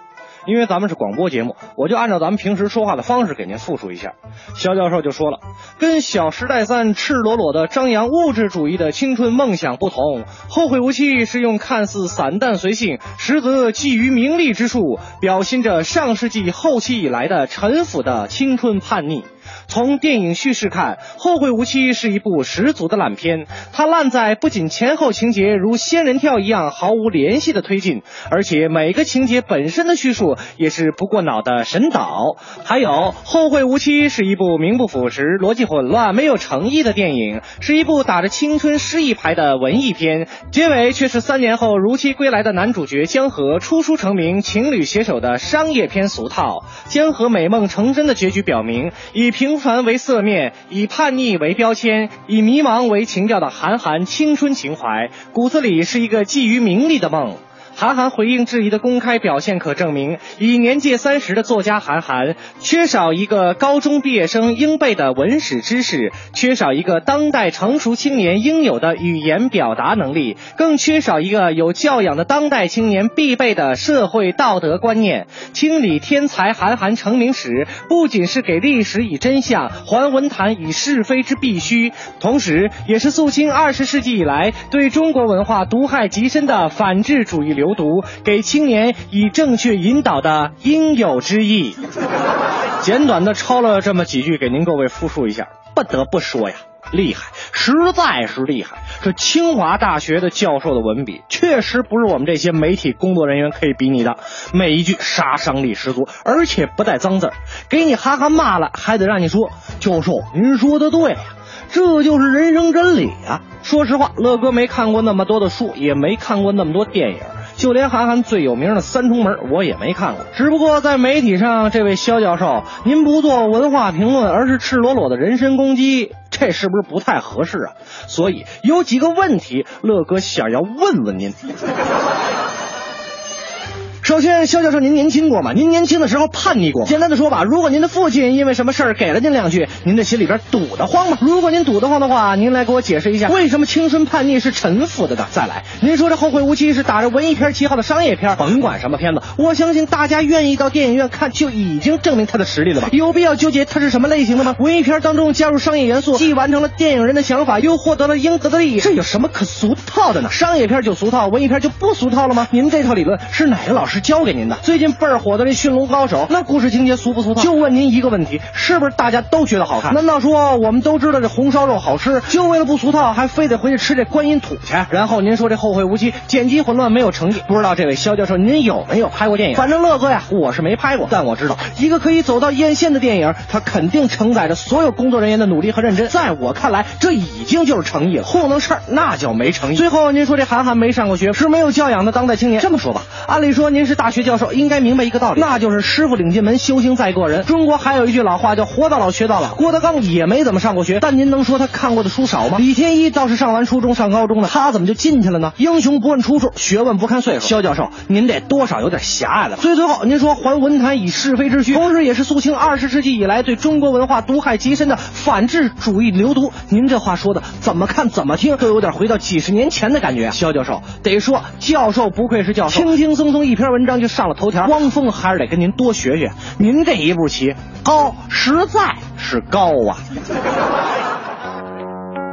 因为咱们是广播节目，我就按照咱们平时说话的方式给您复述一下。肖教授就说了，跟《小时代三》赤裸裸的张扬物质主义的青春梦想不同，《后会无期》是用看似散淡随性，实则基于名利之术，表现着上世纪后期以来的陈腐的青春叛逆。从电影叙事看，《后会无期》是一部十足的烂片。它烂在不仅前后情节如仙人跳一样毫无联系的推进，而且每个情节本身的叙述也是不过脑的神导。还有，《后会无期》是一部名不副实、逻辑混乱、没有诚意的电影，是一部打着青春诗意牌的文艺片。结尾却是三年后如期归来的男主角江河出书成名，情侣携手的商业片俗套。江河美梦成真的结局表明，以平凡为色面，以叛逆为标签，以迷茫为情调的韩寒青春情怀，骨子里是一个基于名利的梦。韩寒回应质疑的公开表现可证明，以年届三十的作家韩寒，缺少一个高中毕业生应背的文史知识，缺少一个当代成熟青年应有的语言表达能力，更缺少一个有教养的当代青年必备的社会道德观念。清理天才韩寒成名时，不仅是给历史以真相，还文坛以是非之必须，同时也是肃清二十世纪以来对中国文化毒害极深的反智主义流毒，给青年以正确引导的应有之义。简短的抄了这么几句，给您各位复述一下。不得不说呀，厉害，实在是厉害！这清华大学的教授的文笔，确实不是我们这些媒体工作人员可以比拟的。每一句杀伤力十足，而且不带脏字儿，给你哈哈骂了，还得让你说，教授，您说的对呀、啊这就是人生真理啊！说实话，乐哥没看过那么多的书，也没看过那么多电影，就连韩寒最有名的《三重门》我也没看过。只不过在媒体上，这位肖教授，您不做文化评论，而是赤裸裸的人身攻击，这是不是不太合适啊？所以有几个问题，乐哥想要问问您。首先，肖教授，您年轻过吗？您年轻的时候叛逆过吗？简单的说吧，如果您的父亲因为什么事儿给了您两句，您这心里边堵得慌吗？如果您堵得慌的话，您来给我解释一下，为什么青春叛逆是臣服的呢？再来，您说这《后会无期》是打着文艺片旗号的商业片，甭管什么片子，我相信大家愿意到电影院看，就已经证明它的实力了吧？有必要纠结它是什么类型的吗？文艺片当中加入商业元素，既完成了电影人的想法，又获得了应得的利益，这有什么可俗套的呢？商业片就俗套，文艺片就不俗套了吗？您这套理论是哪个老师教给您的？最近倍儿火的这《驯龙高手》，那故事情节俗不俗套？就问您一个问题，是不是大家都觉得好看？难道说我们都知道这红烧肉好吃，就为了不俗套，还非得回去吃这观音土去？然后您说这后会无期，剪辑混乱，没有成绩。不知道这位肖教授您有哦没有拍过电影？反正乐哥呀，我是没拍过，但我知道一个可以走到院线的电影，它肯定承载着所有工作人员的努力和认真。在我看来，这已经就是诚意了。糊弄事儿那叫没诚意。最后您说这韩寒没上过学，是没有教养的当代青年。这么说吧，按理说您是大学教授，应该明白一个道理，那就是师傅领进门，修行在个人。中国还有一句老话叫活到老学到老。郭德纲也没怎么上过学，但您能说他看过的书少吗？李天一倒是上完初中上高中的，他怎么就进去了呢？英雄不问出处，学问不看岁数。肖教授，您得多少有点狭隘了吧。所以最后您说还文坛以是非之躯，同时也是肃清二十世纪以来对中国文化毒害极深的反智主义流毒。您这话说的怎么看怎么听都有点回到几十年前的感觉。啊肖教授，得说教授不愧是教授，轻轻松松一篇文章就上了头条。汪峰还是得跟您多学学，您这一步棋高实在是高啊。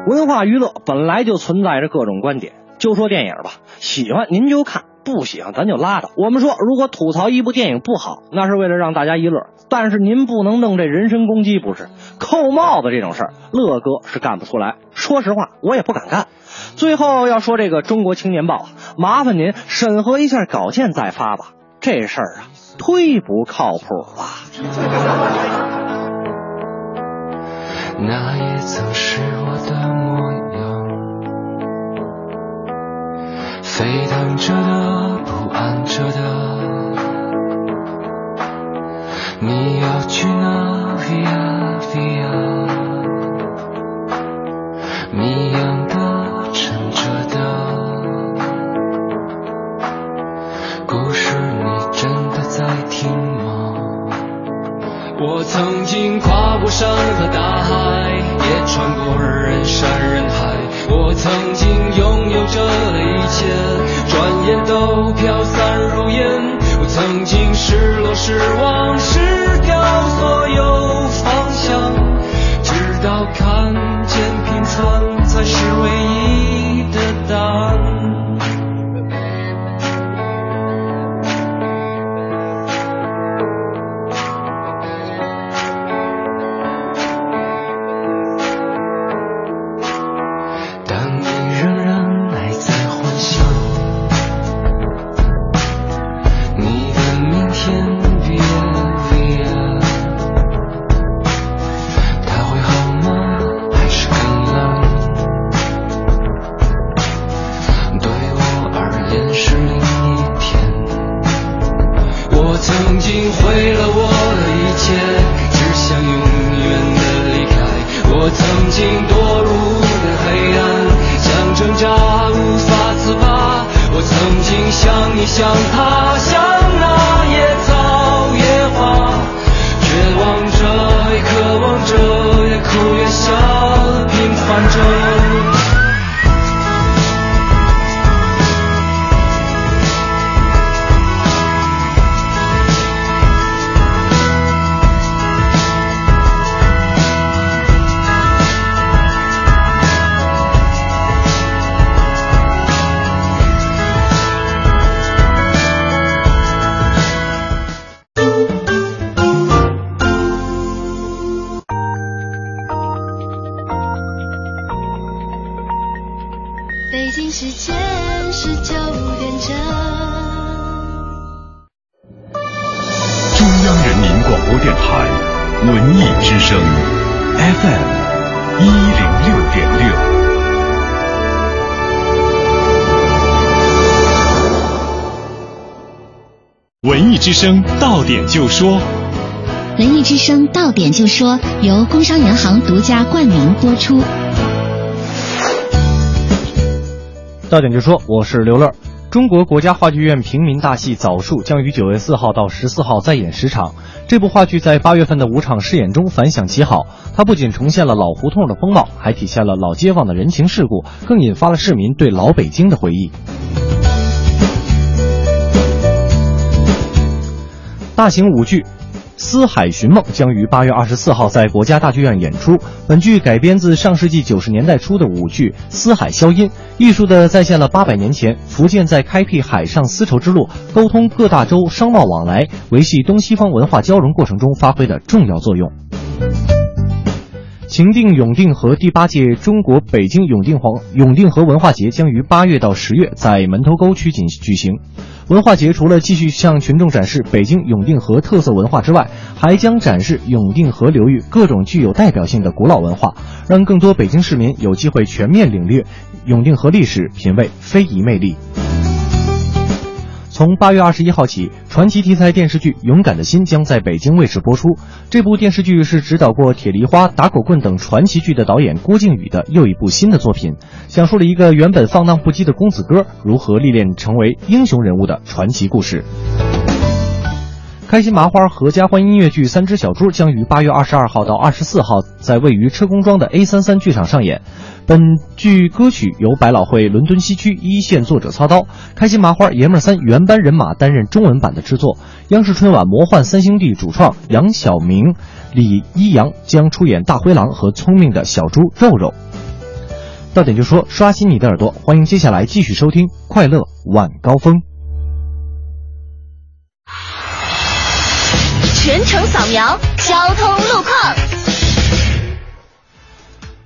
文化娱乐本来就存在着各种观点，就说电影吧，喜欢您就看，不喜欢咱就拉倒。我们说，如果吐槽一部电影不好，那是为了让大家一乐，但是您不能弄这人身攻击，不是？扣帽子这种事儿，乐哥是干不出来。说实话，我也不敢干。最后要说这个《中国青年报》啊，麻烦您审核一下稿件再发吧，这事儿啊忒不靠谱了。那也曾是我的模样，沸腾着的，不安着的。你要去哪？Via Via，谜样的，沉着的。故事，你真的在听吗？我曾经跨过山和大海，也穿过人山人海。我曾经拥有着一切，转眼都飘散如烟。我曾经失落、失望、失掉所有方向，直到看见平凡才是唯一的答案。当你仍然还在幻想，你的明天别别，它会好吗？还是更冷？对我而言是另一天。我曾经毁了我的一切，只想永远的离开。我曾经堕入的黑暗，想挣扎无法自拔。我曾经像你，像他，像那野草野花，绝望着，也渴望着，也哭也笑，平凡着。北京时间十九点整。中央人民广播电台文艺之声，FM 一零六点六。文艺之声到点就说，文艺之声到点就说，由工商银行独家冠名播出。到点就说，我是刘乐。中国国家话剧院平民大戏《枣树》将于九月四号到十四号再演十场。这部话剧在八月份的五场试演中反响极好，它不仅重现了老胡同的风貌，还体现了老街坊的人情世故，更引发了市民对老北京的回忆。大型舞剧《思海寻梦》将于八月二十四号在国家大剧院演出。本剧改编自上世纪九十年代初的舞剧《思海消音》，艺术的再现了八百年前福建在开辟海上丝绸之路、沟通各大洲商贸往来、维系东西方文化交融过程中发挥的重要作用。秦定永定河第八届中国北京永定黄永定河文化节将于八月到十月在门头沟区举举行。文化节除了继续向群众展示北京永定河特色文化之外，还将展示永定河流域各种具有代表性的古老文化，让更多北京市民有机会全面领略永定河历史，品味非遗魅力。从八月二十一号起，传奇题材电视剧《勇敢的心》将在北京卫视播出。这部电视剧是指导过《铁梨花》《打狗棍》等传奇剧的导演郭靖宇的又一部新的作品，讲述了一个原本放荡不羁的公子哥如何历练成为英雄人物的传奇故事。开心麻花合家欢音乐剧《三只小猪》将于八月二十二号到二十四号在位于车公庄的 A 三三剧场上演。本剧歌曲由百老汇伦敦西区一线作者操刀，开心麻花爷们儿三原班人马担任中文版的制作。央视春晚魔幻三兄弟主创杨晓明、李一阳将出演大灰狼和聪明的小猪肉肉。到点就说，刷新你的耳朵，欢迎接下来继续收听《快乐晚高峰》。全程扫描交通路况。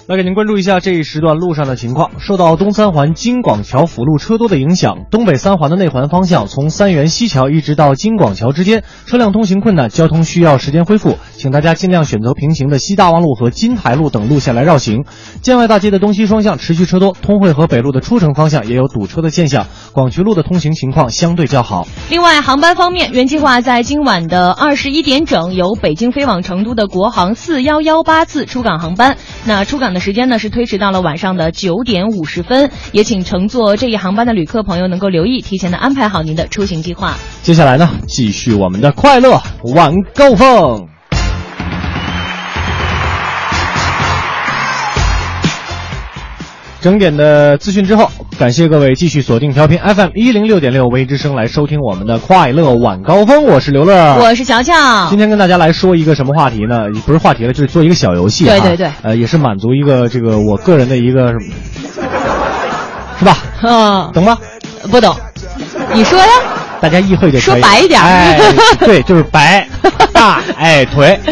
来给您关注一下这一时段路上的情况。受到东三环京广桥辅路车多的影响，东北三环的内环方向，从三元西桥一直到京广桥之间，车辆通行困难，交通需要时间恢复，请大家尽量选择平行的西大望路和金台路等路线来绕行。建外大街的东西双向持续车多，通惠河北路的出城方向也有堵车的现象，广渠路的通行情况相对较好。另外，航班方面，原计划在今晚的二十一点整由北京飞往成都的国航四幺幺八次出港航班，那出港的时间呢是推迟到了晚上的九点五十分，也请乘坐这一航班的旅客朋友能够留意，提前的安排好您的出行计划。接下来呢，继续我们的快乐晚高峰。整点的资讯之后，感谢各位继续锁定调频 FM 一零六点六微之声来收听我们的快乐晚高峰，我是刘乐，我是乔乔今天跟大家来说一个什么话题呢？不是话题了，就是做一个小游戏、啊。对对对呃，也是满足一个这个我个人的一个什么，是吧？嗯，懂吗？不懂， 你说呀。大家意会就可以说白一点哎，对，就是白大哎腿，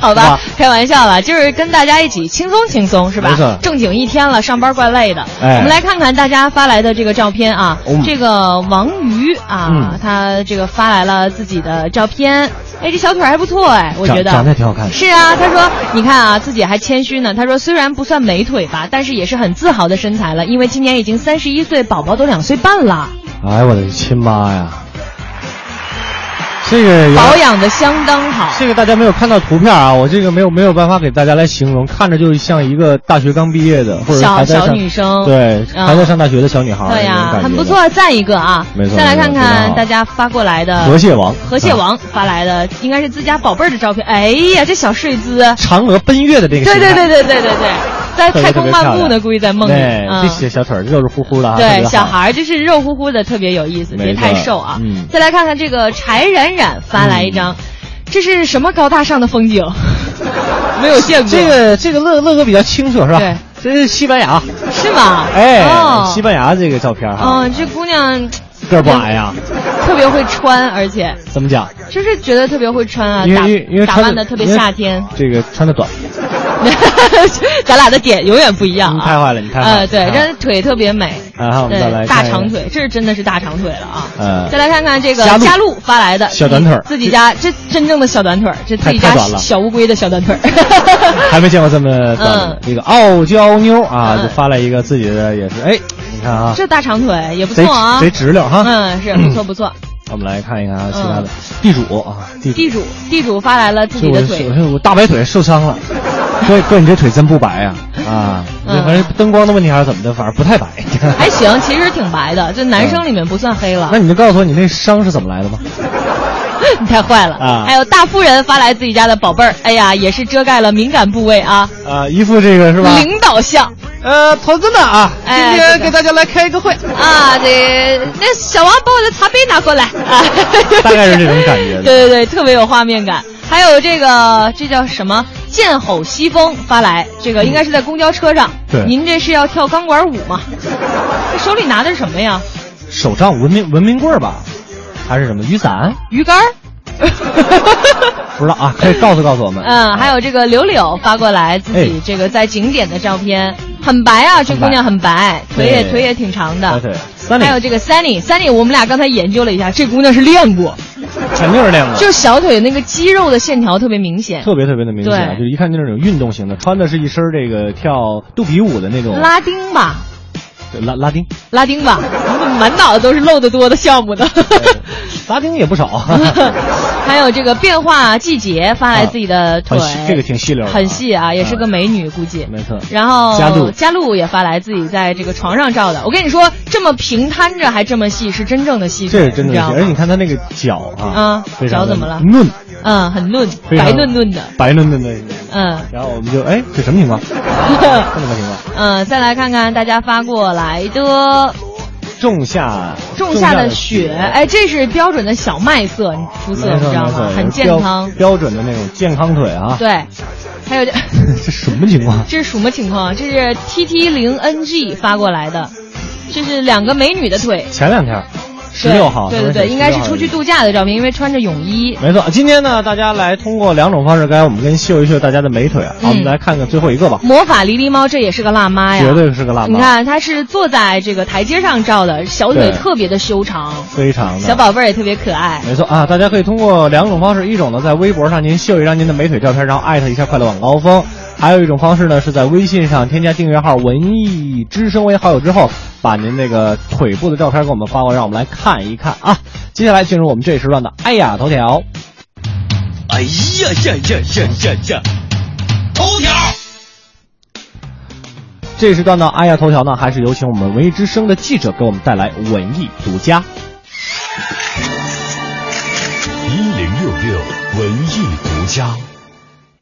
好好吧吧，开玩笑啦，就是跟大家一起轻松轻松，是没错吧？正经一天了，上班怪累的。哎我们来看看大家发来的这个照片啊，嗯这个王瑜啊，他这个发来了自己的照片，哎，这小腿还不错哎，我长觉得长得挺好看的是啊，他说，你看啊，自己还谦虚呢，他说虽然不算美腿吧，但是也是很自豪的身材了，因为今年已经三十一岁，宝宝都两岁半了。哎我的亲妈呀！这个有保养的相当好。这个大家没有看到图片啊，我这个没有没有办法给大家来形容，看着就是像一个大学刚毕业的或者小还在上小女生对，嗯还在上大学的小女孩儿，对呀、啊那种感觉很不错，赞一个啊！没错再来看没错非常看好大家发过来的河蟹王河蟹王发来的应该是自家宝贝儿的照片。哎呀，这小睡姿，嗯嫦娥奔月的这对个形对态，对对对对对，在太空漫步特别特别漂呢，亮估计在梦里。对，这嗯，小小腿儿肉肉乎乎的啊，特对，别小好孩儿就是肉乎乎的，特别有意思，别没错太瘦啊！嗯再来看看这个柴冉冉发来一张，这是什么高大上的风景？没有见过这个这个乐乐哥比较清楚是吧？对，这是西班牙，是吗？哎，哦西班牙这个照片哈，嗯，这姑娘个儿不矮呀，特别会穿，而且。怎么讲？就是觉得特别会穿啊，因打为因为因为打穿扮得的特别因为夏天。这个穿的短， 咱俩的点永远不一样你啊！太坏了，你太坏了。呃，对，啊人家腿特别美，然后我们再来对，看大一下长腿，这是真的是大长腿了啊！呃，再来看看这个佳璐佳璐发来的小短腿儿自己自己家这真正的小短腿儿，这自己家太太短了小乌龟的小短腿儿。还没见过这么短的。这个傲娇妞啊，嗯就发来一个自己的，也是哎，你看啊， 这大长腿也不错啊，贼贼直溜哈嗯，是不错不错。我们来看一看啊，其他的嗯地主啊，地地主，主地主发来了自己的这腿 我，我我大白腿受伤了，哥哥，你这腿真不白呀！啊，嗯反正灯光的问题还是怎么的，反正不太白。还行，其实挺白的，就男嗯生里面不算黑了 那。你就告诉我你那伤是怎么来的 吧？你太坏了！啊还有大夫人发来自己家的宝贝儿，哎呀，也是遮盖了敏感部位啊，啊，一副这个是吧？领导像。呃，同志们啊，今哎天对给大家来开一个会啊，这那小王把我的茶杯 拿过来啊， 大概是这种感觉对对对，特别有画面感。还有这个这叫什么？剑吼西风发来，这嗯个应该是在公交车上。对您这是要跳钢管舞吗？这手里拿的是什么呀？手杖、文明文明棍儿吧，还是什么雨伞？鱼竿儿。不知道啊，可以告诉告诉我们。嗯，还有这个柳柳发过来自己哎这个在景点的照片，很白啊，这很姑白娘很白，腿也对腿也挺长的。对还有这个 Sunny，Sunny，我们俩刚才研究了一下，这姑娘是练过，肯定是练过，就是小腿那个肌肉的线条特别明显，嗯特别特别的明显，啊对就是一看就是那种运动型的，穿的是一身这个跳肚皮舞的那种拉丁吧，对拉拉丁，拉丁吧，满脑子都是漏得多的 项目的。拉丁也不少。还有这个变化季节发来自己的腿很，细这个挺细溜的啊很细啊，也是个美女估计。没错。然后加入加路也发来自己在这个床上照的。我跟你说，这么平摊着还这么细，是真正的细腿，这是真你的知细，道而且吗你看他那个脚啊嗯，非常脚的怎么了嫩，嗯，很嫩，非常白嫩嫩的。白嫩嫩的。嗯然后我们就哎，这什么情况？ 这什么情况？嗯，再来看看大家发过来的仲夏，种下的雪雪，，哎，这是标准的小麦色肤色，没你错知道没错吗？很标健康。标准的那种健康腿啊。，对，还有这。这什么情况？ 这是什么情况？这是 T T 零 N G 发过来的，这是两个美女的腿。前两天，十对六号，对对对，应该是出去度。度假的照片，因为穿着泳衣。没错，今天呢，大家来通过两种方式，刚才我们跟秀一秀大家的美腿啊，好我们嗯来看看最后一个吧，魔法狸狸猫，这也是个辣妈呀，绝对是个辣你妈，看，她是坐在这个台阶上照的，小对腿嗯特别的修长，非常的小宝贝儿也特别可爱。没错啊，大家可以通过两种方式，一种呢在微博上您秀一张您的美腿照片，然后艾特一下快乐晚高峰；还有一种方式呢是在微信上添加订阅号“文艺之声”为好友之后，把您那个腿部的照片给我们发过来，让我们来看一看啊。接下来进入我们这一时段的哎呀头条，哎呀呀呀呀呀呀！头条，这一时段的哎呀头条呢，还是有请我们文艺之声的记者给我们带来文艺独家。一零六六文艺独家。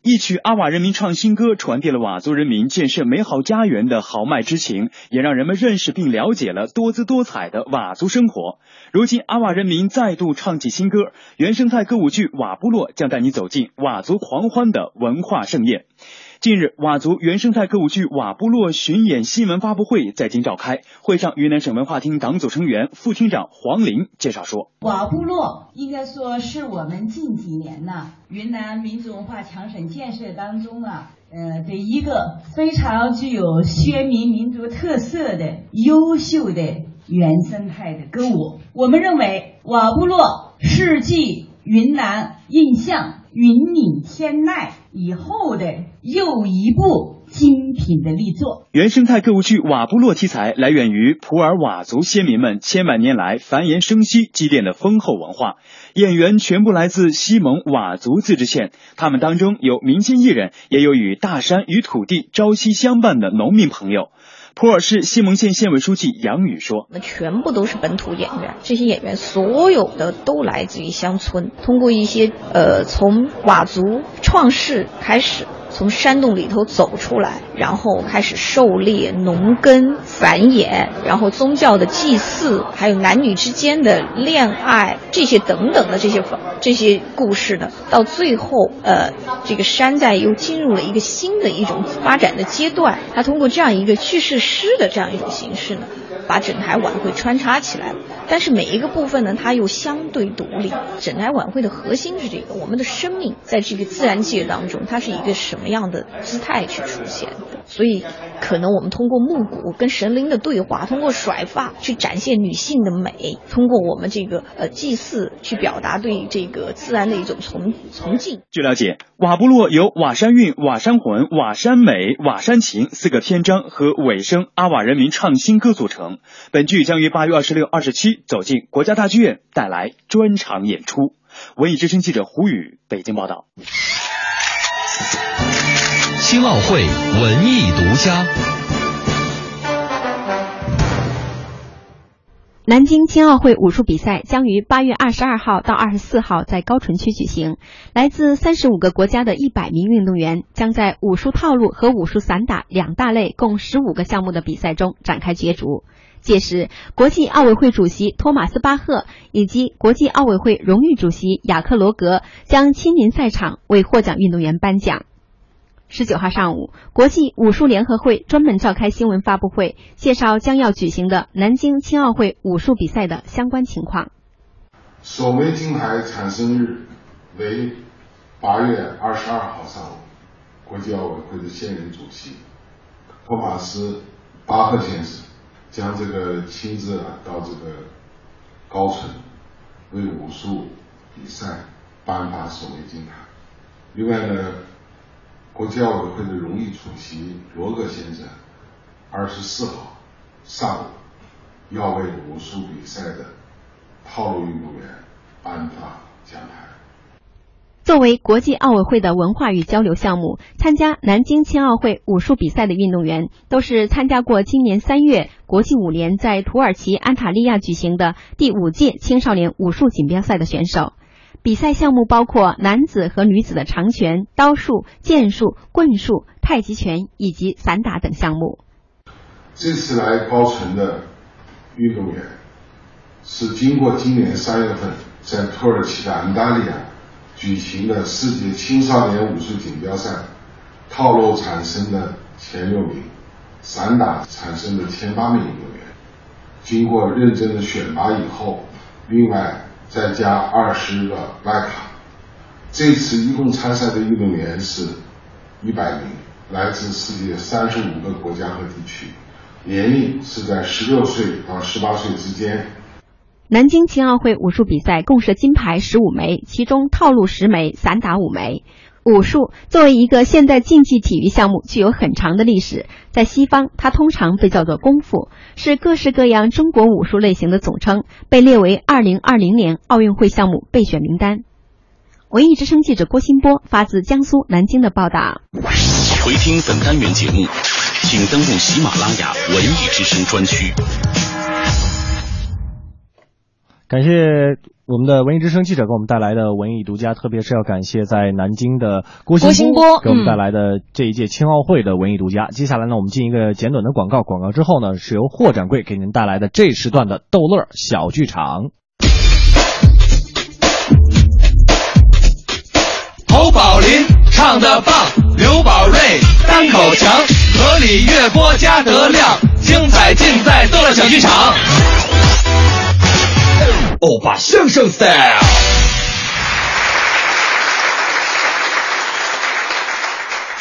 一曲阿瓦人民唱新歌，传递了佤族人民建设美好家园的豪迈之情，也让人们认识并了解了多姿多彩的佤族生活。如今，阿瓦人民再度唱起新歌，原生态歌舞剧《佤部落》将带你走进佤族狂欢的文化盛宴。近日，佤族原生态歌舞剧《佤部落》巡演新闻发布会在京召开。会上，云南省文化厅党组成员、副厅长黄林介绍说。佤部落应该说是我们近几年呐，云南民族文化强省建设当中啊，呃的一个非常具有鲜明民族特色的优秀的原生态的歌舞。我们认为佤部落是继云南印象、云岭天籁以后的又一部精品的力作。原生态歌舞剧《佤部落》题材来源于普洱佤族先民们千万年来繁衍生息积淀的丰厚文化，演员全部来自西蒙佤族自治县，他们当中有民间艺人，也有与大山与土地朝夕相伴的农民朋友。普洱市西蒙县县委书记杨宇说：“我们全部都是本土演员，这些演员所有的都来自于乡村，通过一些呃从佤族创世开始，从山洞里头走出来，然后开始狩猎、农耕、繁衍，然后宗教的祭祀，还有男女之间的恋爱这些等等的这些方这些故事呢，到最后呃这个山寨又进入了一个新的一种发展的阶段，它通过这样一个叙事诗的这样一种形式呢。把整台晚会穿插起来了。但是每一个部分呢，它又相对独立。整台晚会的核心是这个：我们的生命在这个自然界当中，它是一个什么样的姿态去出现的？所以，可能我们通过木鼓跟神灵的对话，通过甩发去展现女性的美，通过我们这个呃祭祀去表达对这个自然的一种崇崇敬。据了解，佤部落由佤山韵、佤山魂、佤山美、佤山情四个篇章和尾声阿瓦人民唱新歌组成。本剧将于八月二十六、二十七走进国家大剧院，带来专场演出。文艺之声记者胡宇，北京报道。青奥会文艺独家。南京青奥会武术比赛将于八月二十二号到二十四号在高淳区举行。来自三十五个国家的一百名运动员将在武术套路和武术散打两大类共十五个项目的比赛中展开角逐。届时，国际奥委会主席托马斯·巴赫以及国际奥委会荣誉主席雅克·罗格将亲临赛场为获奖运动员颁奖。十九号上午，国际武术联合会专门召开新闻发布会，介绍将要举行的南京青奥会武术比赛的相关情况。首枚金牌产生日为八月二十二号上午，国际奥委会的现任主席托马斯·巴赫先生将这个亲自啊到这个高淳为武术比赛颁发首枚金牌。另外呢，国际奥委会的荣誉主席罗格先生，二十四号上午要为武术比赛的套路运动员颁发奖牌。作为国际奥委会的文化与交流项目，参加南京青奥会武术比赛的运动员都是参加过今年三月国际武联在土耳其安塔利亚举行的第五届青少年武术锦标赛的选手。比赛项目包括男子和女子的长拳、刀术、剑术、棍术、太极拳以及散打等项目。这次来高淳的运动员是经过今年三月份在土耳其的安达利亚举行的世界青少年武术锦标赛套路产生的前六名，散打产生的前八名运动员，经过认真的选拔以后，另外再加二十个外卡。这次一共参赛的运动员是一百名，来自世界三十五个国家和地区，年龄是在十六岁到十八岁之间。南京青奥会武术比赛共设金牌十五枚，其中套路十枚，散打五枚。武术作为一个现代竞技体育项目，具有很长的历史。在西方，它通常被叫做功夫，是各式各样中国武术类型的总称，被列为2020年奥运会项目备选名单。文艺之声记者郭新波发自江苏南京的报道。回听本单元节目，请登录喜马拉雅文艺之声专区。感谢我们的文艺之声记者给我们带来的文艺独家，特别是要感谢在南京的郭郭兴兴波给我们嗯带来的这一届青奥会的文艺独家。接下来呢，我们进一个简短的广告，广告之后呢，是由霍掌柜给您带来的这时段的逗乐儿小剧场。侯宝林唱的棒，刘宝瑞单口强，河里月波加德亮，精彩尽在逗乐小剧场。欧巴相声啊 style。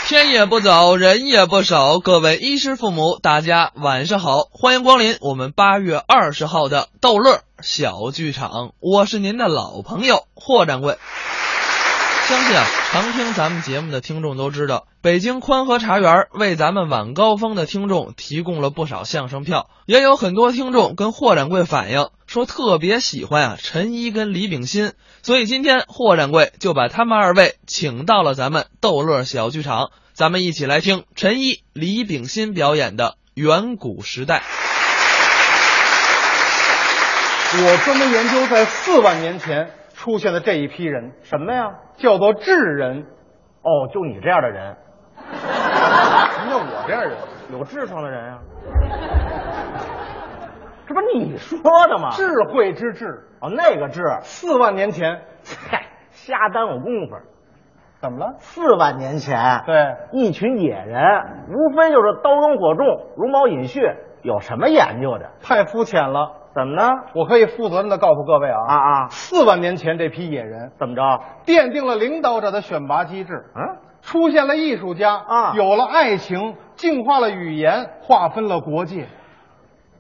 天也不早，人也不少，各位衣食父母，大家晚上好，欢迎光临我们八月二十号的逗乐小剧场，我是您的老朋友霍掌柜。相信啊，常听咱们节目的听众都知道，北京宽和茶园为咱们晚高峰的听众提供了不少相声票，也有很多听众跟霍掌柜反映说特别喜欢啊陈一跟李炳新，所以今天霍掌柜就把他们二位请到了咱们逗乐小剧场，咱们一起来听陈一、李炳新表演的《远古时代》。我专门研究在四万年前出现的这一批人，什么呀？叫做智人。哦，就你这样的人。什么叫我这样人？有智商的人啊。这不你说的吗？智慧之智。哦，那个智。四万年前。嗨，瞎耽误工夫。怎么了？四万年前，对，一群野人，无非就是刀耕火种、茹毛饮血，有什么研究的？太肤浅了。怎么呢？我可以负责任的告诉各位啊啊啊！四万年前这批野人怎么着，奠定了领导者的选拔机制。嗯，出现了艺术家啊，有了爱情，净化了语言，划分了国界。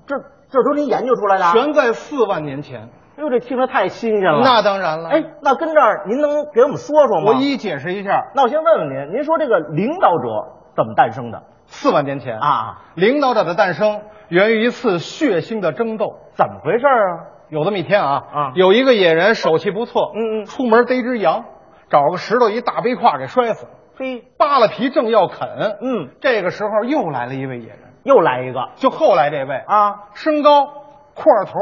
这这都您研究出来的啊全在四万年前。哎呦，这听着太新鲜了。那当然了哎，那跟这儿您能给我们说说吗？我一一解释一下。那我先问问您，您说这个领导者怎么诞生的？四万年前啊，领导者的诞生源于一次血腥的争斗。怎么回事啊？有这么一天啊啊，有一个野人手气不错，嗯嗯，出门逮只羊，找个石头一大背胯给摔死，嘿，扒了皮正要啃，嗯，这个时候又来了一位野人，又来一个，就后来这位啊，身高块儿头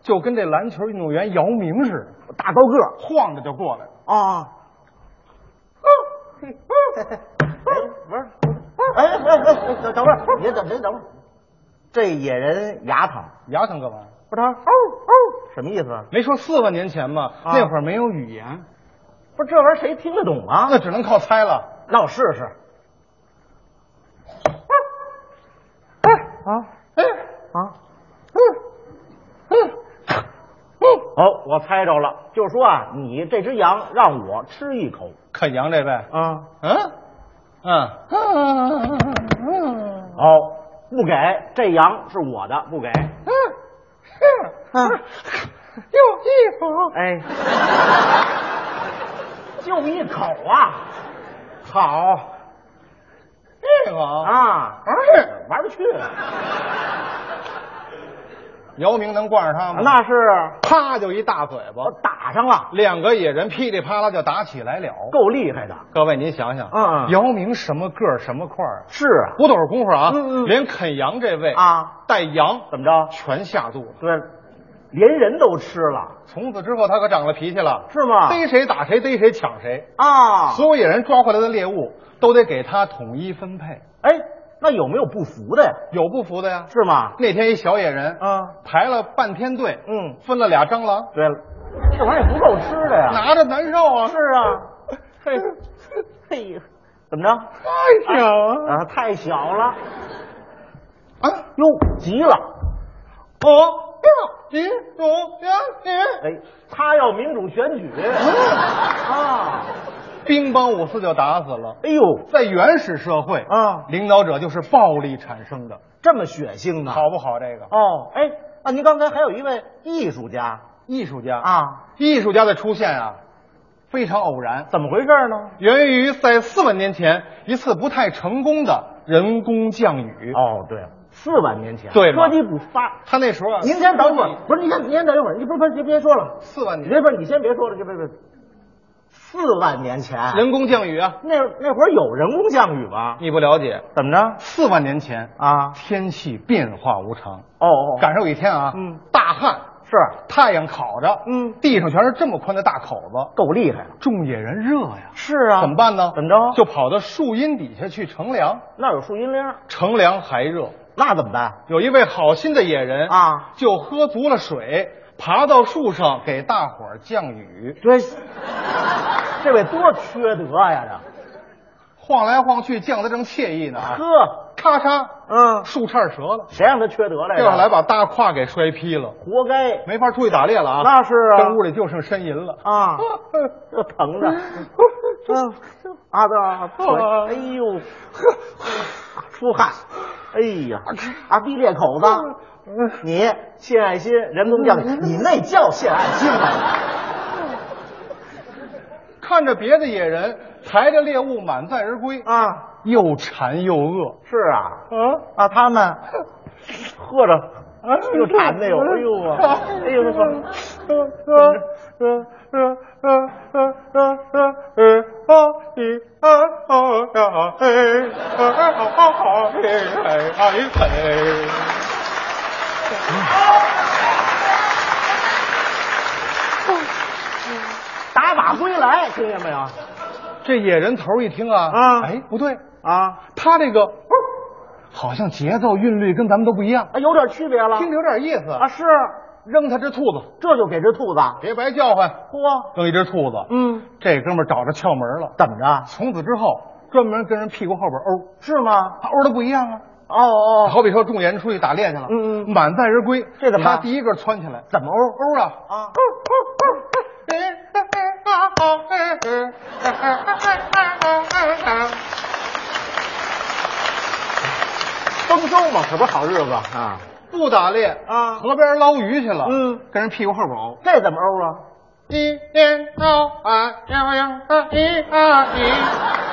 就跟这篮球运动员姚明似的，大高个，晃着就过来了啊。哦哎哎哎，等等会儿，别等，别等会儿。这野人牙疼，牙疼干嘛？不是他，嗷嗷，什么意思？啊没说四万年前嘛，那会儿没有语言，不是这玩意儿谁听得懂啊？那只能靠猜了。那我试试。啊，哦，我猜着了，就说啊，你这只羊让我吃一口，啃羊这位啊，嗯嗯，啊哦，不给，这羊是我的，不给。嗯啊又一口，哎，就一口啊，好，这个啊，哎，玩不去，姚明能惯着他吗？那是啪就一大嘴巴，打上了，两个野人噼里啪啦就打起来了，够厉害的。各位您想想，嗯嗯姚明什么个儿什么块儿啊？是啊，不等会儿功夫啊，嗯嗯连啃羊这位啊，带羊怎么着，全下肚了。对，连人都吃了，从此之后，他可长了脾气了，是吗逮谁打谁，逮谁抢谁啊所有野人抓回来的猎物都得给他统一分配。哎，那有没有不服的呀？有不服的呀？是吗？那天一小野人啊，排了半天队，嗯，分了俩蟑螂，对了，这玩意儿不够吃的呀。拿着难受啊。哎是啊，嘿，嘿呀，怎么着？太小了啊，太小了。啊哟，急了！哦，六一五两一，哎，他要民主选举啊！乒乓五四就打死了。哎呦，在原始社会啊，领导者就是暴力产生的，这么血腥呢？好不好？这个哦，哎，啊，您刚才还有一位艺术家艺术家，啊，艺术家的出现啊，非常偶然。怎么回事呢？源于在四万年前一次不太成功的人工降雨。哦，对了，四万年前对科吧技不发。他那时候啊，您先等会儿，不是您先您先等一会儿，你不不别别说了，四万你年这不是你先别说了，这别别，四万年前人工降雨啊，那那会儿有人工降雨吗？你不了解。怎么着？四万年前啊天气变化无常，哦哦，赶上有一天啊，嗯，大旱是太阳烤着，嗯地上全是这么宽的大口子，够厉害了。种野人热呀，是啊，怎么？办呢？怎么着就跑到树荫底下去乘凉，那有树荫铃，乘凉还热。那怎么办？有一位好心的野人啊，就喝足了水，爬到树上给大伙儿降雨。这这位多缺德呀！晃来晃去，降得正惬意呢啊这呵，咔嚓，嗯，树杈折了，谁让他缺德来着？掉下来把大胯给摔劈了，活该。没法出去打猎了啊！那是啊跟屋里就剩呻吟了。 啊，这疼的，嗯，啊的，疼嗯哎 呦，出汗，哎呀，嗯啊，逼裂口子，你谢爱心人工降雨，嗯你那叫谢爱心啊吗？看着别的野人抬着猎物满载而归，啊，又馋又饿，是啊，啊，啊，他 们喝着，又馋的哟，哎呦啊，哎呦，啊呃呃呃呃呃呃嗯呃，哦一二哦呀嘿，二二哦哦哦嘿嘿哎嘿。啊打马归来，听见没有？这野人头一听啊，啊哎，不对，啊，他这个哦好像节奏韵律跟咱们都不一样，啊有点区别了，听着有点意思啊，。是，扔他只兔子，这就给这兔子，别白叫唤，嚯，扔一只兔子。嗯。这哥们儿找着窍门了，怎么着？从此之后专门跟人屁股后边欧，是吗？他欧的不一样啊。哦哦，好比说众野人出去打猎去了，嗯嗯满载而归，这怎么办他第一个窜起来，怎么欧欧啊啊？丰收嘛，可不是好日子啊！不打猎啊河边捞鱼去了，嗯，跟人屁股后边哦欧，这怎么欧啊？一年到晚幺幺二一二一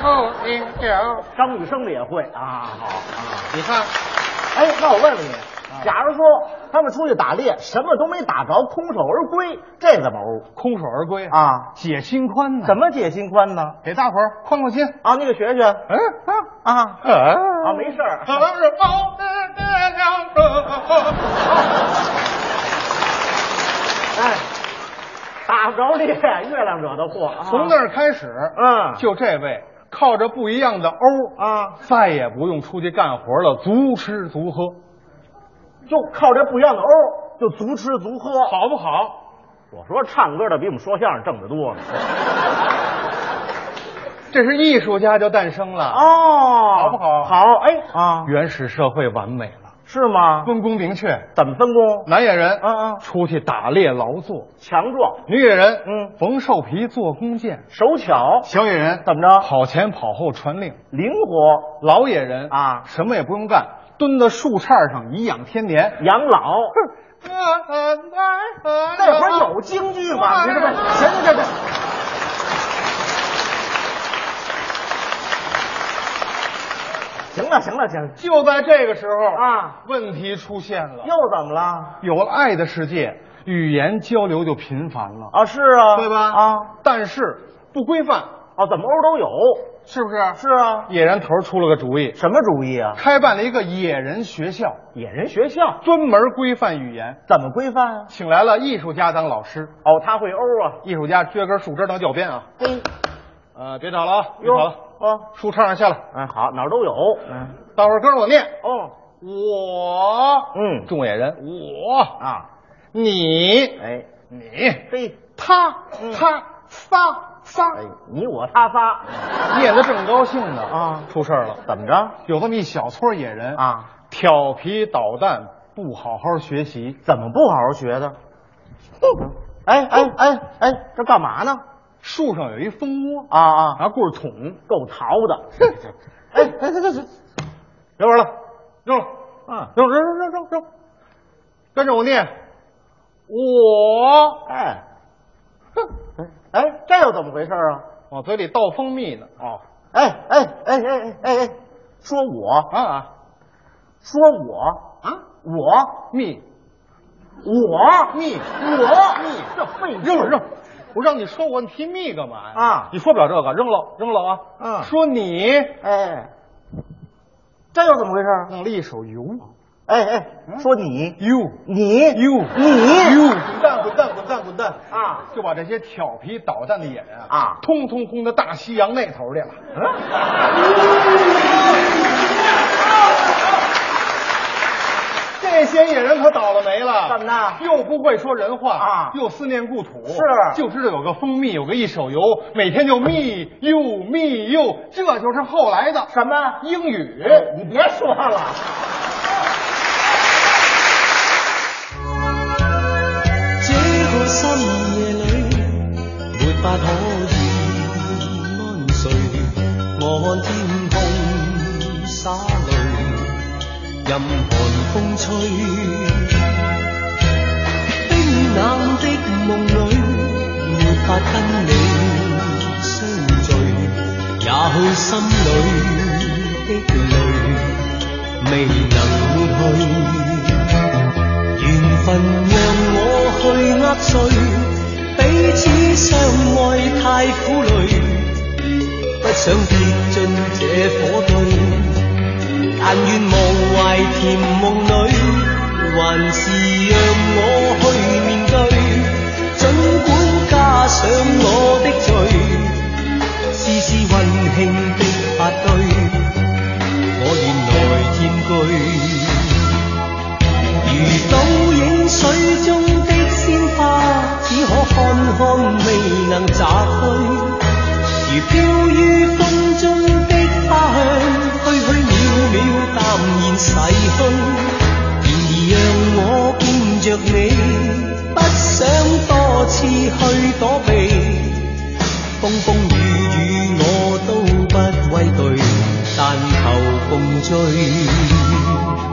后一九。张雨生的也会啊，好啊。你看，哎，那我问问你，假如说他们出去打猎，什么都没打着，空手而归，这怎么欧？空手而归啊，解心宽呢？怎么解心宽呢？给大伙儿宽宽心啊！那个学学，嗯啊啊啊，没事儿。什么是包治这两者？哎，打不着猎，月亮惹的祸。啊从那儿开始，嗯，就这位靠着不一样的欧啊，再也不用出去干活了，足吃足喝，就靠这不一样的欧，就足吃足喝，好不好？我说唱歌的比我们说相声挣得多呢。这是艺术家就诞生了哦，好不好？好，哎啊，原始社会完美了。是吗？分工明确，怎么分工？男野人，嗯嗯，出去打猎劳作，强壮；女野人，嗯，缝兽皮、做弓箭，手巧；小野人怎么着？跑前跑后传令，灵活；老野人啊，什么也不用干，蹲在树杈上颐养天年，养老。那会儿有京剧吗？你这不行行行行。行了行了行了，就在这个时候啊，问题出现了，又怎么了？有了爱的世界，语言交流就频繁了啊，是啊，对吧？啊，但是不规范啊，怎么欧都有，是不是？是啊，野人头出了个主意，什么主意啊？开办了一个野人学校，野人学校专门规范语言，怎么规范啊？请来了艺术家当老师，哦，他会欧啊，艺术家撅根树枝当教鞭啊，嗯，呃，别吵了啊，别吵了。啊，树杈上下来，嗯，好，哪儿都有，嗯，大伙儿跟着我念，哦，我，嗯，众野人，我啊，你，哎，你，嘿，他，嗯他，仨，仨，哎，你我他 仨，念得正高兴呢， 啊出事儿了，怎么着？有这么一小撮野人啊，调皮捣蛋，不好好学习，怎么不好好学 的？哎哎哎哎，这干嘛呢？树上有一蜂窝，啊啊，拿棍儿捅，够淘的。 哎哎，这这这，别玩了，扔了，啊扔扔扔扔扔扔，跟着我念，我，哎，哼，哎，这又怎么回事啊？往嘴里倒蜂蜜呢，哦，哎哎哎哎哎哎哎，说我，啊啊。说我，啊，我蜜，我蜜，我你这废物扔了扔，我让你说我，你提蜜干嘛呀？啊你说不了这个，扔了扔了啊！嗯说你哎，这又怎么回事啊？弄了一手油嗯哎哎，说你，you 你 you 你 you，滚蛋滚蛋滚蛋滚蛋啊！就把这些调皮捣蛋的野人啊嗯通通轰到大西洋那头去了。这些野人可倒了霉了，怎么的又不会说人话啊又思念故土，是就知道有个蜂蜜，有个一手油，每天就蜜又蜜又，这就是后来的什么英语。哎你别说了。这个深夜里，没法可以安睡。我看天空洒泪，任寒风吹。冰冷的梦里，没法跟你相聚。也许心里的泪，未能抹去。缘分让我去握碎，彼此相爱太苦累，不想跌进这火堆，但愿无怀甜梦里，还是让我去面对，尽管加上我的罪，丝丝温馨的发堆，我原来占据。如倒影水中的鲜花，只可看看未能摘去；如飘于风中的花香，虚虚渺渺淡然逝去。然而让我見着你，不想多次去躲避，風風雨雨我都不畏懼，但求共追。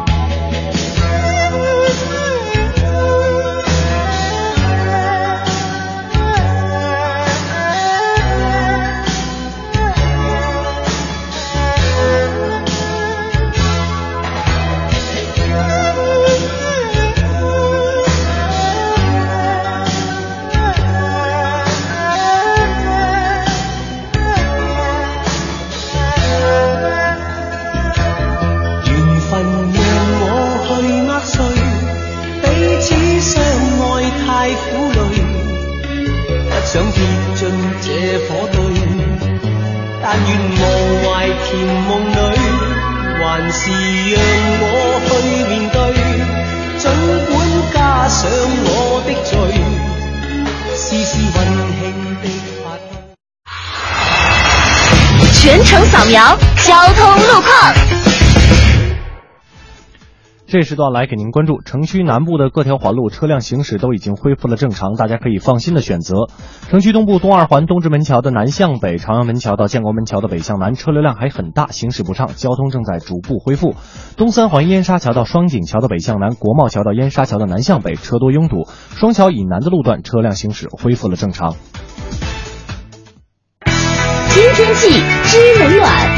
Thank you. 想跳进这火堆，但愿无怀甜梦里，还是让我去面对。尽管加上我的罪，试试运气的发挥。全程扫描交通路况。这时段来给您关注城区南部的各条环路车辆行驶都已经恢复了正常，大家可以放心的选择。城区东部东二环东直门桥的南向北、朝阳门桥到建国门桥的北向南，车流量还很大，行驶不畅，交通正在逐步恢复。东三环燕莎桥到双井桥的北向南，国贸桥到燕莎桥的南向北车多拥堵，双桥以南的路段车辆行驶恢复了正常。听天气知冷暖，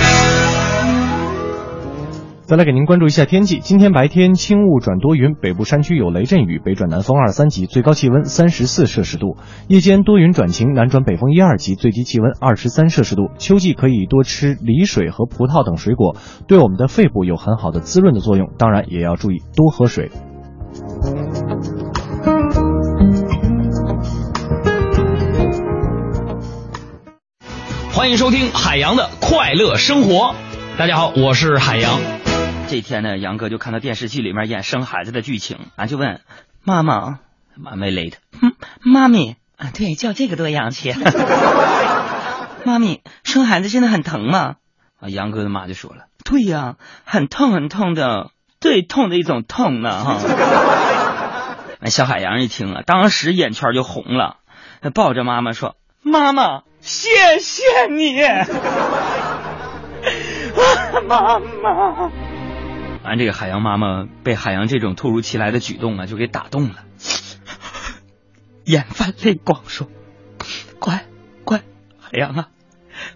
再来给您关注一下天气。今天白天轻雾转多云，北部山区有雷阵雨，北转南风二三级，最高气温三十四摄氏度；夜间多云转晴，南转北风一二级，最低气温二十三摄氏度。秋季可以多吃梨水和葡萄等水果，对我们的肺部有很好的滋润的作用，当然也要注意多喝水。欢迎收听海洋的快乐生活。大家好，我是海洋。这天呢，杨哥就看到电视剧里面演生孩子的剧情，俺就问妈妈，妈没勒他，嗯，妈咪啊，对，叫这个多 洋气。妈咪，生孩子真的很疼吗？啊，杨哥的妈就说了，对呀，很痛很痛的，最痛的一种痛 呢哈。那小海洋一听啊，当时眼圈就红了，抱着妈妈说：“妈妈，谢谢你。” 啊妈妈。完，这个海洋妈妈被海洋这种突如其来的举动啊，就给打动了，眼泛泪光，说：“乖乖，海洋啊，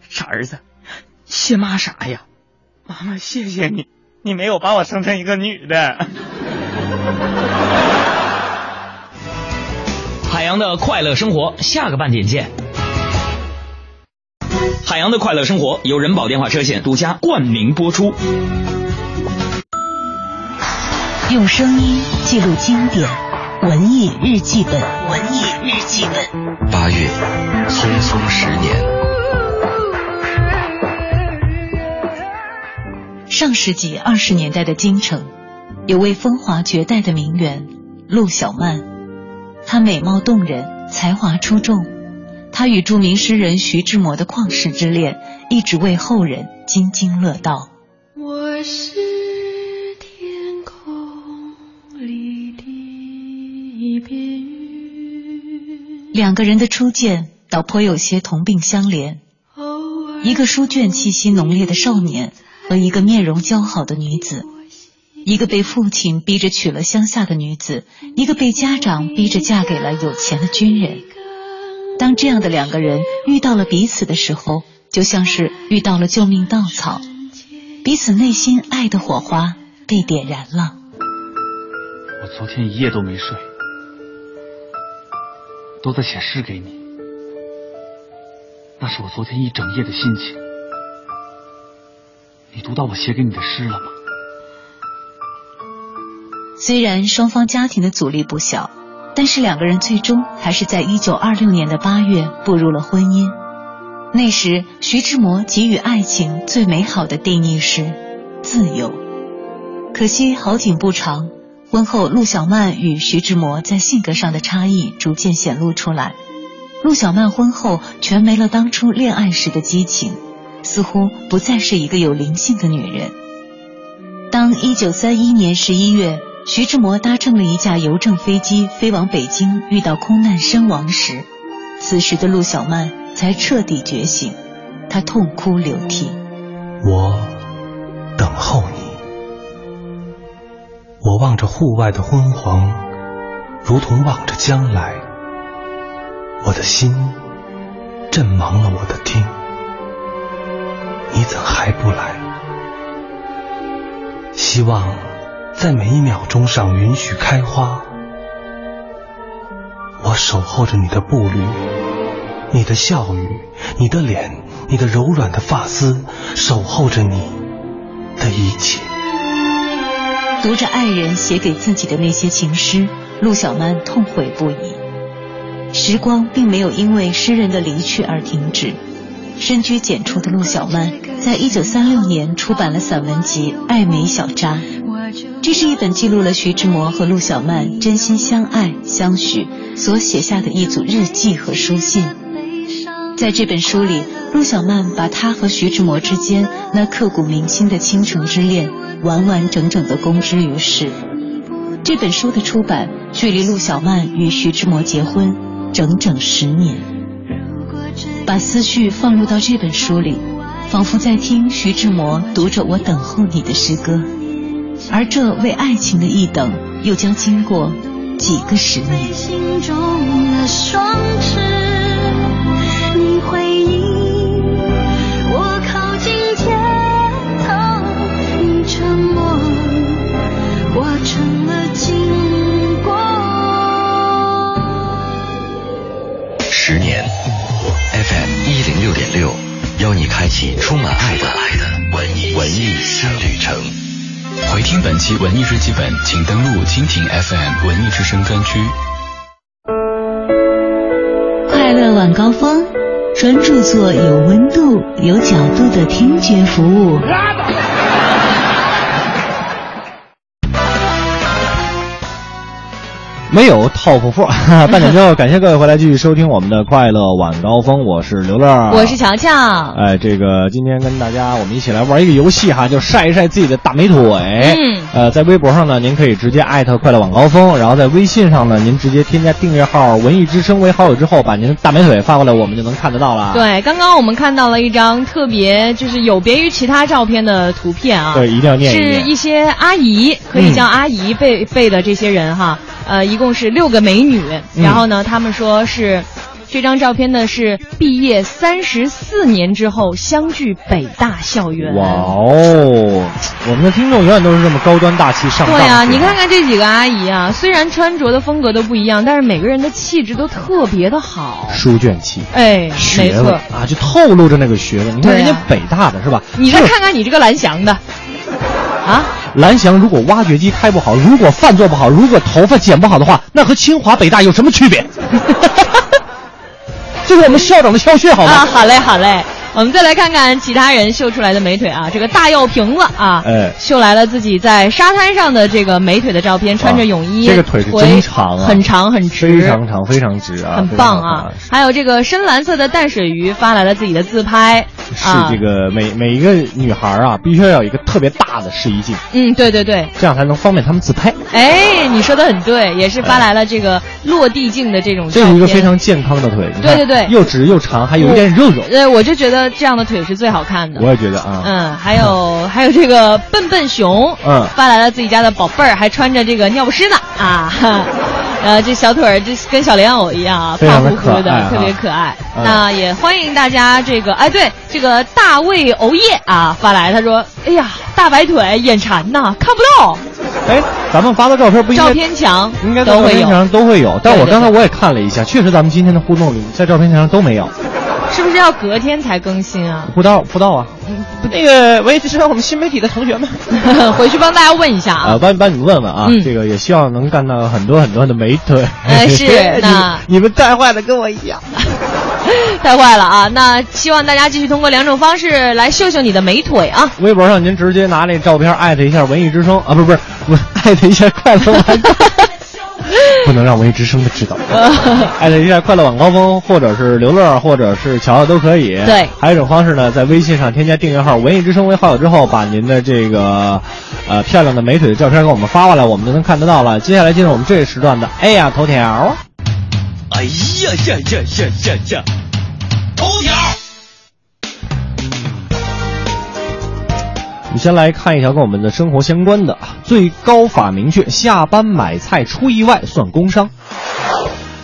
傻儿子，谢妈啥呀？妈妈谢谢你，你没有把我生成一个女的。海洋的快乐生活，下个半点见。海洋的快乐生活由人保电话车险独家冠名播出。用声音记录经典，文艺日记本，文艺日记本。八月，匆匆十年，上世纪二十年代的京城，有位风华绝代的名媛陆小曼，她美貌动人，才华出众。她与著名诗人徐志摩的旷世之恋，一直为后人津津乐道。我是天空里的一片云，两个人的初见，倒颇有些同病相怜。一个书卷气息浓烈的少年和一个面容姣好的女子，一个被父亲逼着娶了乡下的女子，一个被家长逼着嫁给了有钱的军人。当这样的两个人遇到了彼此的时候，就像是遇到了救命稻草，彼此内心爱的火花被点燃了。我昨天一夜都没睡，都在写诗给你。那是我昨天一整夜的心情。你读到我写给你的诗了吗？虽然双方家庭的阻力不小，但是两个人最终还是在1926年的8月步入了婚姻。那时，徐志摩给予爱情最美好的定义是自由。可惜好景不长，婚后陆小曼与徐志摩在性格上的差异逐渐显露出来。陆小曼婚后全没了当初恋爱时的激情，似乎不再是一个有灵性的女人。当1931年11月，徐志摩搭乘了一架邮政飞机飞往北京，遇到空难身亡时，此时的陆小曼才彻底觉醒，她痛哭流涕。我等候你。我望着户外的昏黄，如同望着将来。我的心震忙了我的听，你怎还不来？希望在每一秒钟上允许开花。我守候着你的步履，你的笑语，你的脸，你的柔软的发丝，守候着你的一切。读着爱人写给自己的那些情诗，陆小曼痛悔不已。时光并没有因为诗人的离去而停止。深居简出的陆小曼，在一九三六年出版了散文集《爱美小札》，这是一本记录了徐志摩和陆小曼真心相爱相许所写下的一组日记和书信。在这本书里，陆小曼把她和徐志摩之间那刻骨铭心的倾城之恋，完完整整地公之于世。这本书的出版，距离陆小曼与徐志摩结婚整整十年。把思绪放入到这本书里，仿佛在听徐志摩读着“我等候你”的诗歌，而这为爱情的一等，又将经过几个十年。心中的双翅，你回应我靠近天堂，你沉默，我成了经过。十年，FM 一零六点六，邀你开启充满爱的文艺文艺旅程。回听本期文艺日记本，请登录蜻蜓 FM 文艺之声专区。快乐晚高峰，专注做有温度、有角度的听觉服务。没有 top four，哈哈 半点之后，感谢各位回来继续收听我们的快乐晚高峰，我是刘乐，我是乔乔。哎，这个今天跟大家我们一起来玩一个游戏哈，就晒一晒自己的大美腿。嗯，呃，在微博上呢，您可以直接艾特快乐晚高峰，然后在微信上呢，您直接添加订阅号“文艺之声”为好友之后，把您的大美腿发过来，我们就能看得到了。对，刚刚我们看到了一张特别就是有别于其他照片的图片啊，对一定要念一念是一些阿姨，可以叫阿姨辈辈的这些人哈，呃，一共是六个美女，嗯然后呢，他们说是。这张照片呢是毕业三十四年之后相聚北大校园。哇哦，我们的听众永远都是这么高端大气上档次。对啊，你看看这几个阿姨啊，虽然穿着的风格都不一样，但是每个人的气质都特别的好。书卷气，哎，没学问错。啊，就透露着那个学问。你看对啊人家北大的是吧？你再看看你这个蓝翔的，啊蓝翔如果挖掘机开不好，如果饭做不好，如果头发剪不好的话，那和清华北大有什么区别？这是我们校长的肖血好吗？啊，好嘞，好嘞。我们再来看看其他人秀出来的美腿啊，这个大药瓶子啊，哎秀来了自己在沙滩上的这个美腿的照片，穿着泳衣，这个腿是真长啊，很长很直，非常长，非常直啊，很非常棒长啊！还有这个深蓝色的淡水鱼发来了自己的自拍，是啊这个每每一个女孩啊，必须要有一个特别大的试衣镜，嗯，对对对，这样才能方便她们自拍。哎，你说的很对，也是发来了这个落地镜的这种照这片，是一个非常健康的腿，你看对对对又直又长，还有一点肉肉。对，我就觉得这样的腿是最好看的。我也觉得啊，嗯，还有还有这个笨笨熊，嗯发来了自己家的宝贝儿，还穿着这个尿不湿呢啊， 哈呃，这小腿儿这跟小莲藕一样啊，非胖常地乎乎可爱啊特别可爱。嗯那也欢迎大家这个，哎，对，这个大卫熬夜啊发来，他说，哎呀，大白腿眼馋呐，看不到，哎，咱们发的照片不应该照片墙应该在都照会片有墙，上都会有，但对我对刚才对我也看了一下，确实咱们今天的互动里在照片墙上都没有，是不是要隔天才更新啊？不到不到啊。那个文艺之声，我们新媒体的同学们， 回去帮大家问一下啊。啊，帮帮你们问问啊，这个也希望能干到很多很多的美腿。 哎是那你们带坏的跟我一样。 太坏了啊！那希望大家继续通过两种方式来秀秀你的美腿啊。微博上您直接拿那照片艾特一下文艺之声啊，不是不是，不是艾特一下快乐晚高， 不能让文艺之声的知道，艾特一哎下快乐晚高峰，或者是刘乐，或者是乔乔都可以。对还有一种方式呢，在微信上添加订阅号文艺之声为好友之后，把您的这个呃漂亮的美腿的照片给我们发过来，我们就能看得到了。接下来进入我们这一时段的哎呀头条。哎呀呀呀呀呀呀！头条，我们先来看一条跟我们的生活相关的，最高法明确，下班买菜出意外算工伤。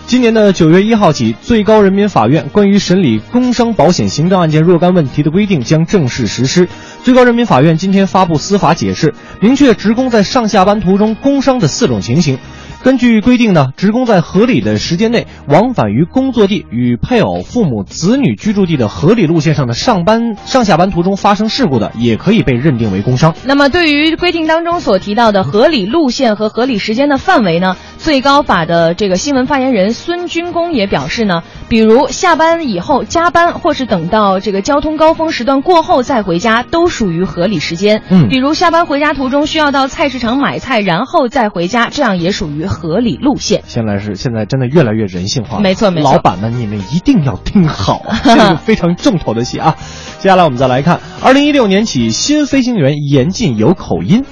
今年的九月一号起，最高人民法院关于审理工伤保险行政案件若干问题的规定将正式实施。最高人民法院今天发布司法解释，明确职工在上下班途中工伤的四种情形。根据规定呢，职工在合理的时间内往返于工作地与配偶、父母、子女居住地的合理路线上的上班上下班途中发生事故的，也可以被认定为工伤。那么，对于规定当中所提到的合理路线和合理时间的范围呢，最高法的这个新闻发言人孙军功也表示呢，比如下班以后加班，或是等到这个交通高峰时段过后再回家，都属于合理时间。嗯比如下班回家途中需要到菜市场买菜，然后再回家，这样也属于合理路线。现在是现在真的越来越人性化了，没错没错老板们，你们一定要听 好啊，这是非常重头的戏啊。接下来我们再来看，二零一六年起，新飞行员严禁有口音。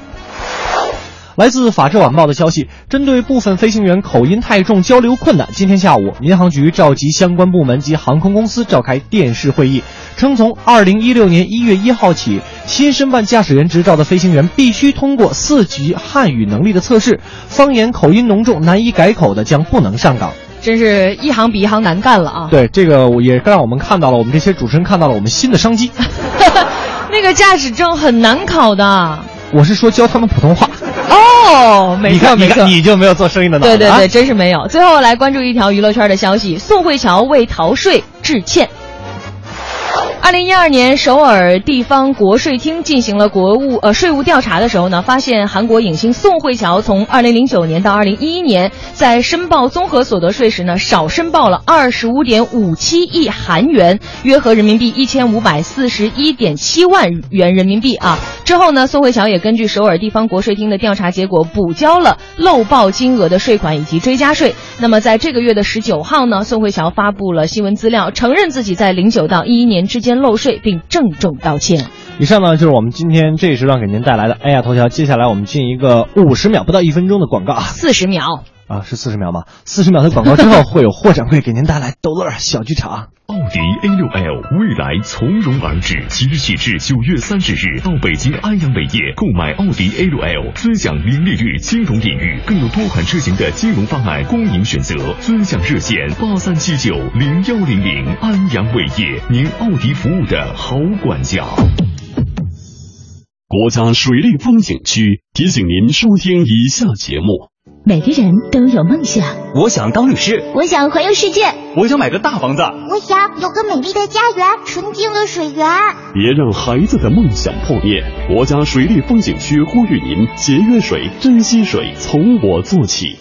来自《法制晚报》的消息，针对部分飞行员口音太重、交流困难，今天下午，民航局召集相关部门及航空公司召开电视会议，称从二零一六年一月一号起，新申办驾驶员执照的飞行员必须通过四级汉语能力的测试，方言口音浓重、难以改口的将不能上岗。真是一行比一行难干了啊！对，这个我也让我们看到了，我们这些主持人看到了我们新的商机。那个驾驶证很难考的。我是说教他们普通话。哦，没你错看，没你错看，。你就没有做生意的脑对子。对啊对，真是没有。最后来关注一条娱乐圈的消息：宋慧乔为逃税致歉。二零一二年，首尔地方国税厅进行了国务呃税务调查的时候呢，发现韩国影星宋慧乔从二零零九年到二零一一年，在申报综合所得税时呢，少申报了二十五点五七亿韩元，约合人民币一千五百四十一点七万元人民币啊。之后呢，宋慧乔也根据首尔地方国税厅的调查结果，补交了漏报金额的税款以及追加税。那么在这个月的十九号呢，宋慧乔发布了新闻资料，承认自己在零九到一一年之间漏税，并郑重道歉。以上呢就是我们今天这一时段给您带来的。哎呀，头条，接下来我们进一个五十秒不到一分钟的广告啊四十秒，啊，是四十秒吗？四十秒的广告之后，会有霍掌柜给您带来逗乐儿小剧场。奥迪 A6L 未来从容而至，即日起至九月三十日，到北京安阳伟业购买奥迪 A6L，尊享零利率金融领域，更有多款车型的金融方案供您选择，尊享热线八三七九零幺零零，安阳伟业，您奥迪服务的好管家。国家水利风景区提醒您收听以下节目。每个人都有梦想，我想当律师，我想环游世界，我想买个大房子。我想有个美丽的家园，纯净的水源。别让孩子的梦想破灭。国家水利风景区呼吁您节约水、珍惜水，从我做起。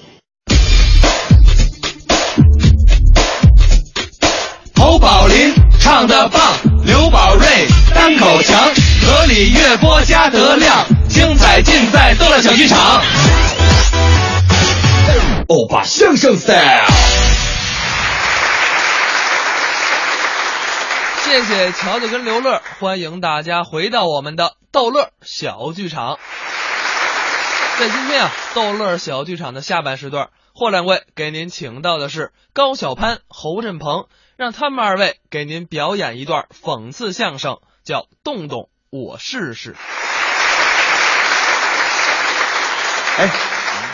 侯宝林唱的棒，刘宝瑞单口强，河里月波加德亮，精彩尽在逗乐小剧场。欧巴哦相声啊 style。谢谢乔乔跟刘乐，欢迎大家回到我们的逗乐小剧场。在今天啊，逗乐小剧场的下半时段，霍掌柜给您请到的是高晓攀、侯振鹏，让他们二位给您表演一段讽刺相声，叫《动动我试试》。哎，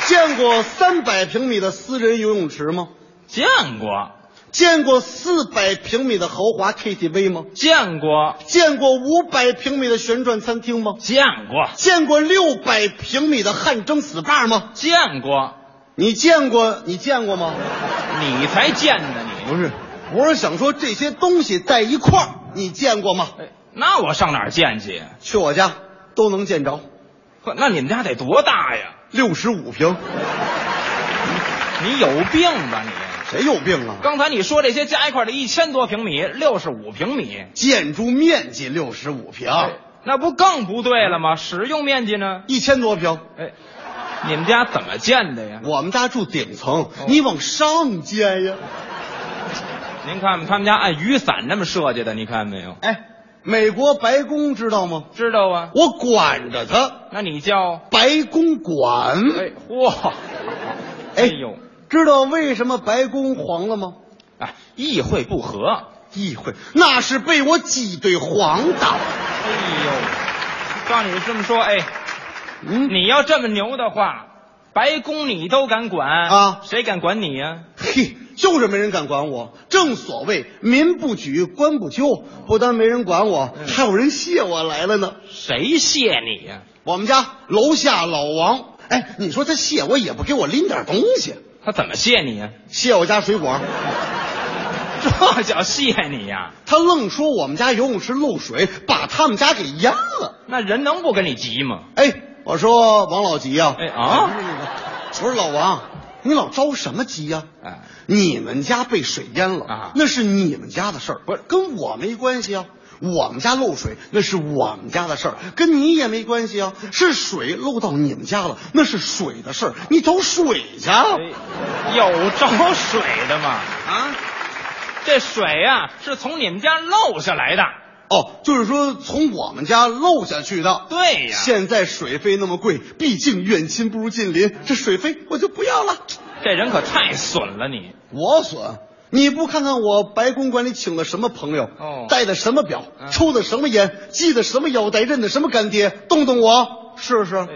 见过三百平米的私人游泳池吗？见过。见过四百平米的豪华 KTV 吗？见过。见过五百平米的旋转餐厅吗？见过。见过六百平米的汗蒸 SPA 吗？见过。你见过？你见过吗？你才见的你。不是，我是想说这些东西在一块儿，你见过吗？哎那我上哪儿见去？去我家都能见着。那你们家得多大呀？六十五平。你有病吧你？谁有病啊？刚才你说这些加一块儿得一千多平米，六十五平米，建筑面积六十五平，那不更不对了吗？使用面积呢？一千多平。哎，你们家怎么建的呀？我们家住顶层，哦你往上建呀。您看他们家按雨伞那么设计的，你看没有？哎，美国白宫知道吗？知道啊，我管着它。那你叫白公馆。哎，嚯！哎呦，知道为什么白宫黄了吗？啊，议会不和。议会那是被我挤兑黄的。哎呦，照你这么说，哎，嗯你要这么牛的话，白宫你都敢管啊？谁敢管你呀、嘿，就是没人敢管我。正所谓民不举，官不究，不但没人管我，还有人谢我来了呢。嗯谁谢你呀、我们家楼下老王哎，你说他谢我也不给我拎点东西，他怎么谢你呀、谢我家水果， 这叫谢你呀、他愣说我们家游泳池漏水，把他们家给淹了。那人能不跟你急吗？哎，我说王老吉呀、哎啊我说老王，你老着什么急呀、哎，你们家被水淹了啊，那是你们家的事儿，不是跟我没关系啊。我们家漏水，那是我们家的事儿，跟你也没关系啊。是水漏到你们家了，那是水的事儿，你找水去啊。哎有找水的吗？啊，这水呀、是从你们家漏下来的。哦，就是说从我们家漏下去的。对呀现在水费那么贵，毕竟远亲不如近邻，这水费我就不要了。这人可太损了你！我损。你不看看我白公馆里请了什么朋友，哦嗯戴的什么表，抽的什么烟，系的什么腰带，认的什么干爹，动动我试试。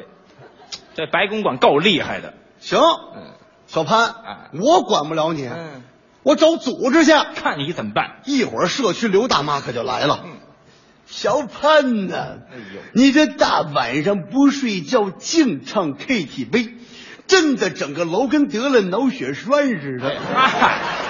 这白公馆够厉害的。嗯啊行，小潘，我管不了你，我找组织去，看你怎么办。嗯一会儿社区刘大妈可就来了。小潘呐、哎你这大晚上不睡觉，净唱 KTV，震得整个楼跟得了脑血栓似哎的，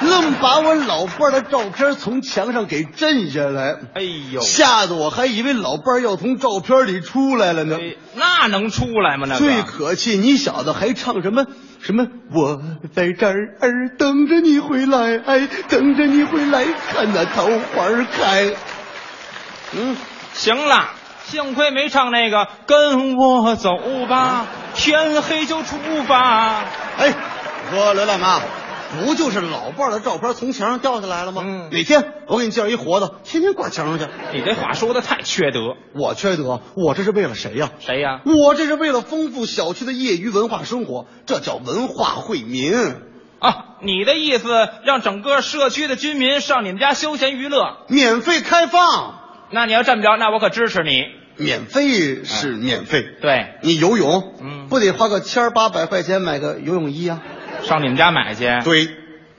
愣把我老伴儿的照片从墙上给震下来。哎呦，吓得我还以为老伴儿要从照片里出来了呢。哎那能出来吗？那个最可气，你小子还唱什么什么？我在这儿儿等着你回来，哎，等着你回来，看那桃花儿开。嗯，行了，幸亏没唱那个“跟我走吧，天黑就出发嗯哎，我说刘大妈，不就是老伴儿的照片从墙上掉下来了吗？哪天我给你介绍一活的，天天挂墙上去。”。嗯你这话说的太缺德。我缺德，我这是为了谁呀、谁呀、我这是为了丰富小区的业余文化生活，这叫文化惠民。啊，你的意思让整个社区的居民上你们家休闲娱乐，免费开放？那你要这么着，那我可支持你。哎免费是免费，对嗯你游泳，不得花个千儿八百块钱买个游泳衣啊？上你们家买去。对，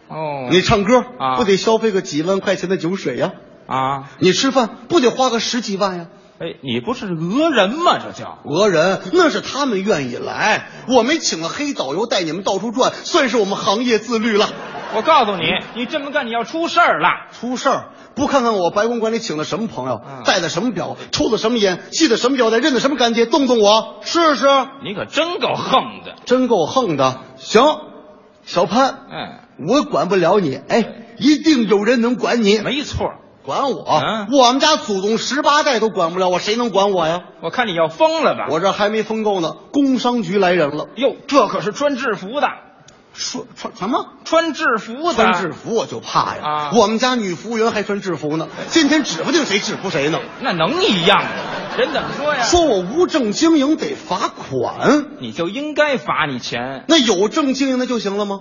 哦，你唱歌啊不得消费个几万块钱的酒水呀、啊，你吃饭不得花个十几万呀、哎，你不是讹人吗？这叫讹人，那是他们愿意来，我们请了黑导游带你们到处转，算是我们行业自律了。我告诉你，你这么干你要出事儿了。出事儿不看看我白公馆里请的什么朋友，嗯戴的什么表，抽的什么烟，系的什么腰带，认的什么干爹，动动我试试。你可真够横的。真够横的。行，小潘，哎，我管不了你，哎，一定有人能管你。没错，啊管我，我们家祖宗十八代都管不了我，谁能管我呀？我看你要疯了吧？我这还没疯够呢，工商局来人了。哟，这可是穿制服的，说穿什么？穿制服的，穿制服我就怕呀、啊我们家女服务员还穿制服呢，今天指不定谁制服谁呢。那能一样吗？人怎么说呀？说我无证经营得罚款，你就应该罚你钱，那有证经营的就行了吗？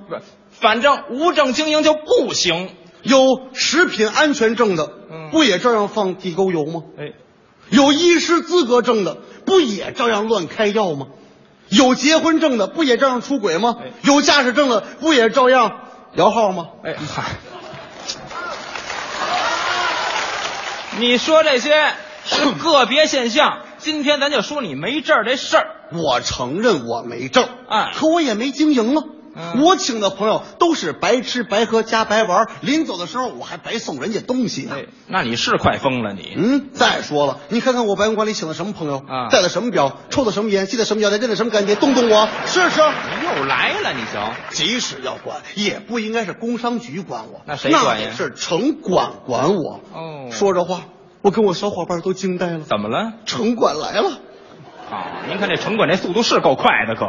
反正无证经营就不行。嗯有食品安全证的，不也照样放地沟油吗？哎，有医师资格证的，不也照样乱开药吗？有结婚证的，不也照样出轨吗？有驾驶证的，不也照样摇号吗？哎嗨，你说这些是个别现 象，今天咱就说你没证儿这事儿。我承认我没证，哎嗯可我也没经营啊。我请的朋友都是白吃白喝加白玩，临走的时候我还白送人家东西呢。哎那你是快疯了你，嗯，再说了，你看看我白云馆里请的什么朋友，啊戴的什么表，抽的什么烟，系的什么腰带，认的什么干爹，动动我试试。你又来了，你瞧，即使要管，也不应该是工商局管我，那谁管呀那得是城管管我。哦说这话，我跟我小伙伴都惊呆了。怎么了？城管来了，啊、您看这城管这速度是够快的，可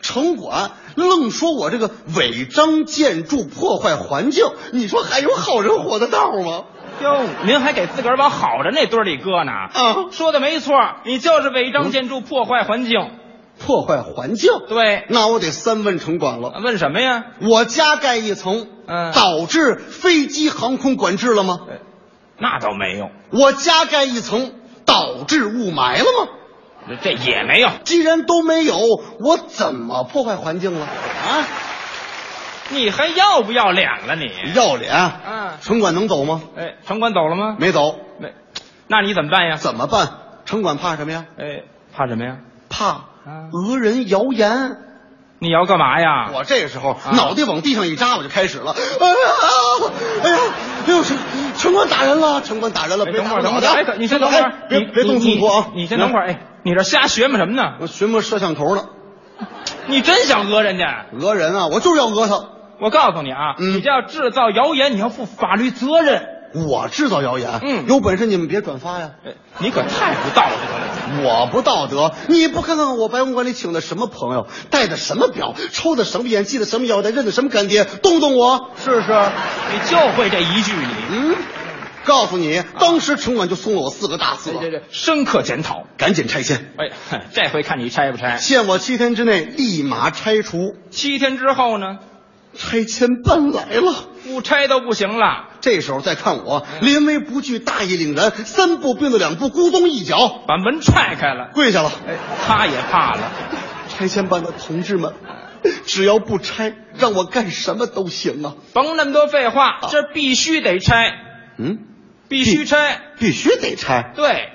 城管愣说我这个违章建筑破坏环境，你说还有好人活的道吗？哟，您还给自个儿往好的那堆儿里搁呢。嗯说的没错，你就是违章建筑破坏环境。破坏环境，对，那我得三问城管了。问什么呀？我加盖一层，嗯呃导致飞机航空管制了吗？那倒没有，我加盖一层，导致雾霾了吗？这这也没有。既然都没有，我怎么破坏环境了？啊，你还要不要脸了你？要脸！啊嗯城管能走吗？哎，城管走了吗？没走，没，那你怎么办呀？怎么办？城管怕什么呀？哎，怕什么呀？怕讹人谣言。你要干嘛呀？啊我这时候脑袋往地上一扎，我就开始了。哎呀，哎呀，哎呦，城城管打人了，城管打人了！别等会打儿，等我会的儿，哎，等你先等会儿哎，别你别动你粗你口啊！你先等会儿，哎，你这瞎学嘛什么呢？我学摸摄像头呢。 你真想讹人家？讹人啊！我就是要讹他。嗯我告诉你啊，你这要制造谣言，你要负法律责任。我制造谣言，嗯，有本事你们别转发呀！哎你可太不道了！德我不道德，你不看看我白公馆里请的什么朋友，戴的什么表，抽的什么烟，系的什么腰带，认的什么干爹，动动我试试。你就会这一句，你嗯，告诉你，当时城管就送了我四个大字，对哎对，深刻检讨，赶紧拆迁，哎，哼这回看你拆不拆？限我七天之内立马拆除。七天之后呢？拆迁办来了，不拆都不行了。这时候再看我，临危不惧，大义凛然，三步并作两步，咕咚一脚把门踹开了，哎跪下了。他也怕了。拆迁办的同志们，只要不拆，让我干什么都行啊！甭那么多废话，这必须得拆，嗯，必须拆。必须得拆。对，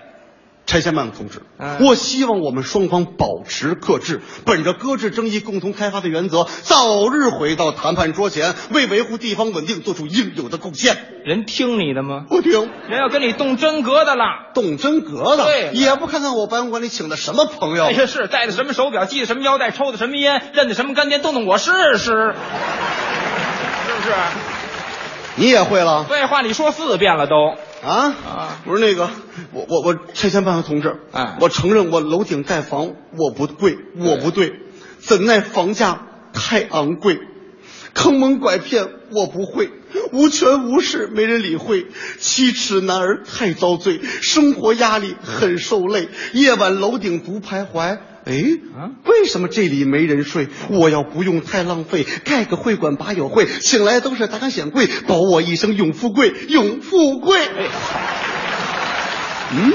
拆迁办的同志，嗯我希望我们双方保持克制，本着搁置争议、共同开发的原则，早日回到谈判桌前，为维护地方稳定做出应有的贡献。人听你的吗？不听，人要跟你动真格的了。动真格的，对了也不看看我白公馆里请的什么朋友。哎呀，是戴的什么手表，系的什么腰带，抽的什么烟，认的什么干爹，动动我试试，是不是？你也会了废话，你说四遍了都。啊？不是那个，我我我拆迁办的同志，哎我承认我楼顶盖房我不贵，我不对，怎奈房价太昂贵，坑蒙拐骗我不会，无权无势没人理会，七尺男儿太遭罪，生活压力很受累，夜晚楼顶独徘徊。哎，为什么这里没人睡？我要不用太浪费，盖个会馆把友会，请来都是达官显贵，保我一生永富贵，永富贵。嗯，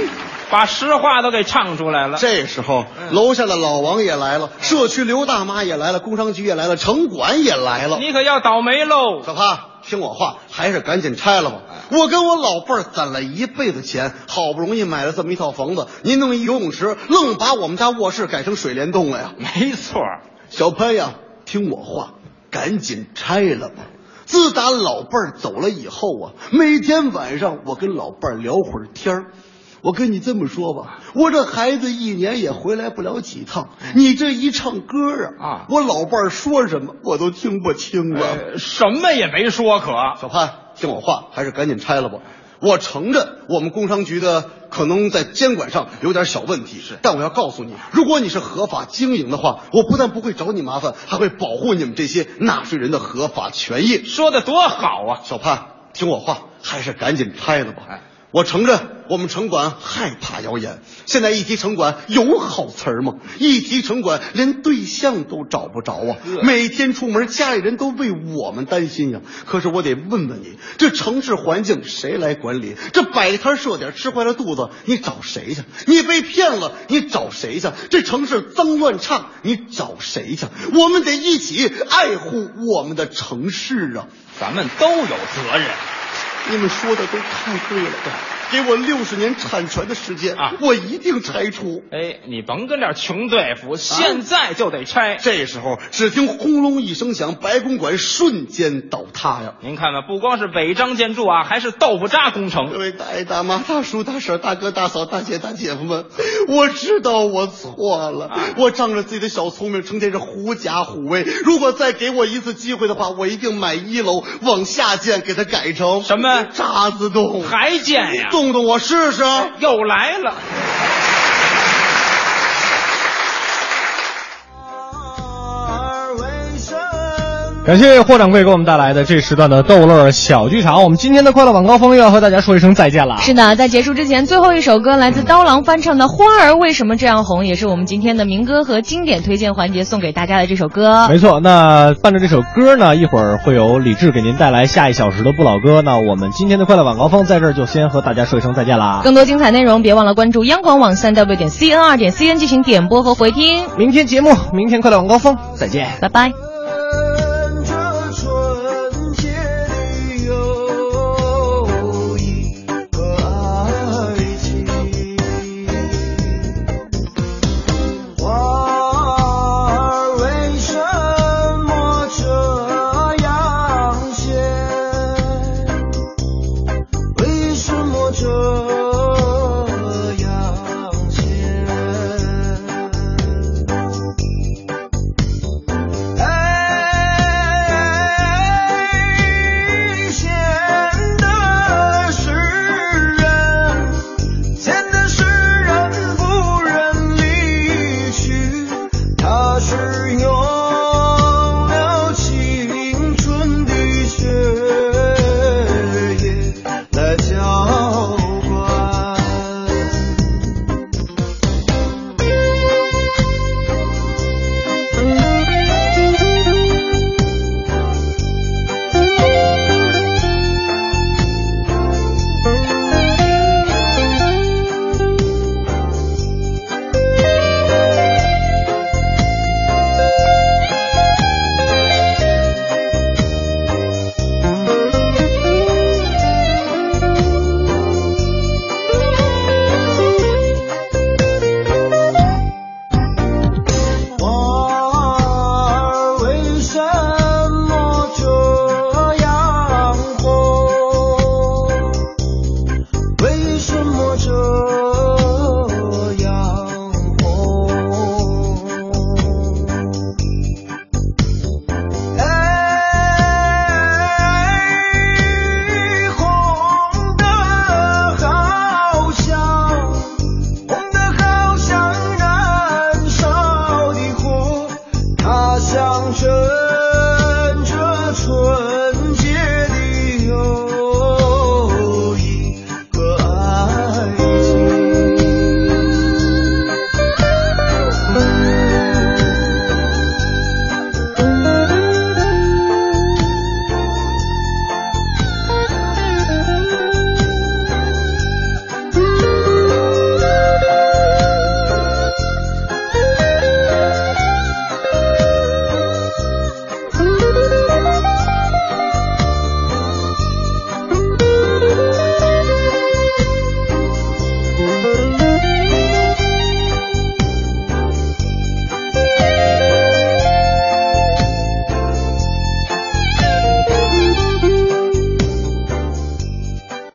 把实话都给唱出来了。嗯这时候，楼下的老王也来了，社区刘大妈也来了，工商局也来了，城管也来了。你可要倒霉喽！嗯小胖，听我话，还是赶紧拆了吧。我跟我老伴儿攒了一辈子钱，好不容易买了这么一套房子，您弄一游泳池，愣把我们家卧室改成水帘洞了呀！没错，小潘呀，听我话，赶紧拆了吧。自打老伴儿走了以后啊，每天晚上我跟老伴儿聊会儿天儿。我跟你这么说吧，我这孩子一年也回来不了几趟，嗯你这一唱歌啊，我老伴儿说什么我都听不清了、呃什么也没说可。小潘，听我话，还是赶紧拆了吧。我承认我们工商局的可能在监管上有点小问题，但我要告诉你，如果你是合法经营的话，我不但不会找你麻烦，还会保护你们这些纳税人的合法权益。说的多好啊！哎小潘，听我话，还是赶紧拆了吧。我承认我们城管害怕谣言，现在一提城管有好词儿吗？一提城管，连对象都找不着啊！每天出门，家里人都为我们担心呀、可是我得问问你，这城市环境谁来管理？这摆摊设点吃坏了肚子，你找谁去？你被骗了，你找谁去？这城市脏乱差，你找谁去？我们得一起爱护我们的城市啊！咱们都有责任。你们说的都太对了，给我六十年产权的时间啊，我一定拆除。啊哎，你甭跟这儿穷对付，现在就得拆。这时候，只听轰隆一声响，白公馆瞬间倒塌呀！您看吧，不光是违章建筑啊，还是豆腐渣工程。各位大爷大妈、大叔大婶、大哥大嫂、大姐大姐夫们，我知道我错了，啊我仗着自己的小聪明，成天是狐假虎威。如果再给我一次机会的话，我一定买一楼往下建，给它改成什么渣滓洞，还建呀动动我试试。又来了。感谢霍掌柜给我们带来的这时段的逗乐小剧场。我们今天的快乐晚高峰又要和大家说一声再见了。啊是的，在结束之前，最后一首歌来自刀郎翻唱的《花儿为什么这样红》，也是我们今天的民歌和经典推荐环节送给大家的这首歌。没错，那伴着这首歌呢，一会儿会有李志给您带来下一小时的不老歌。那我们今天的快乐晚高峰在这儿就先和大家说一声再见啦。更多精彩内容，别忘了关注央广网三 w 点 cn 二点 cn 进行点播和回听。明天节目，明天快乐晚高峰，再见，拜拜。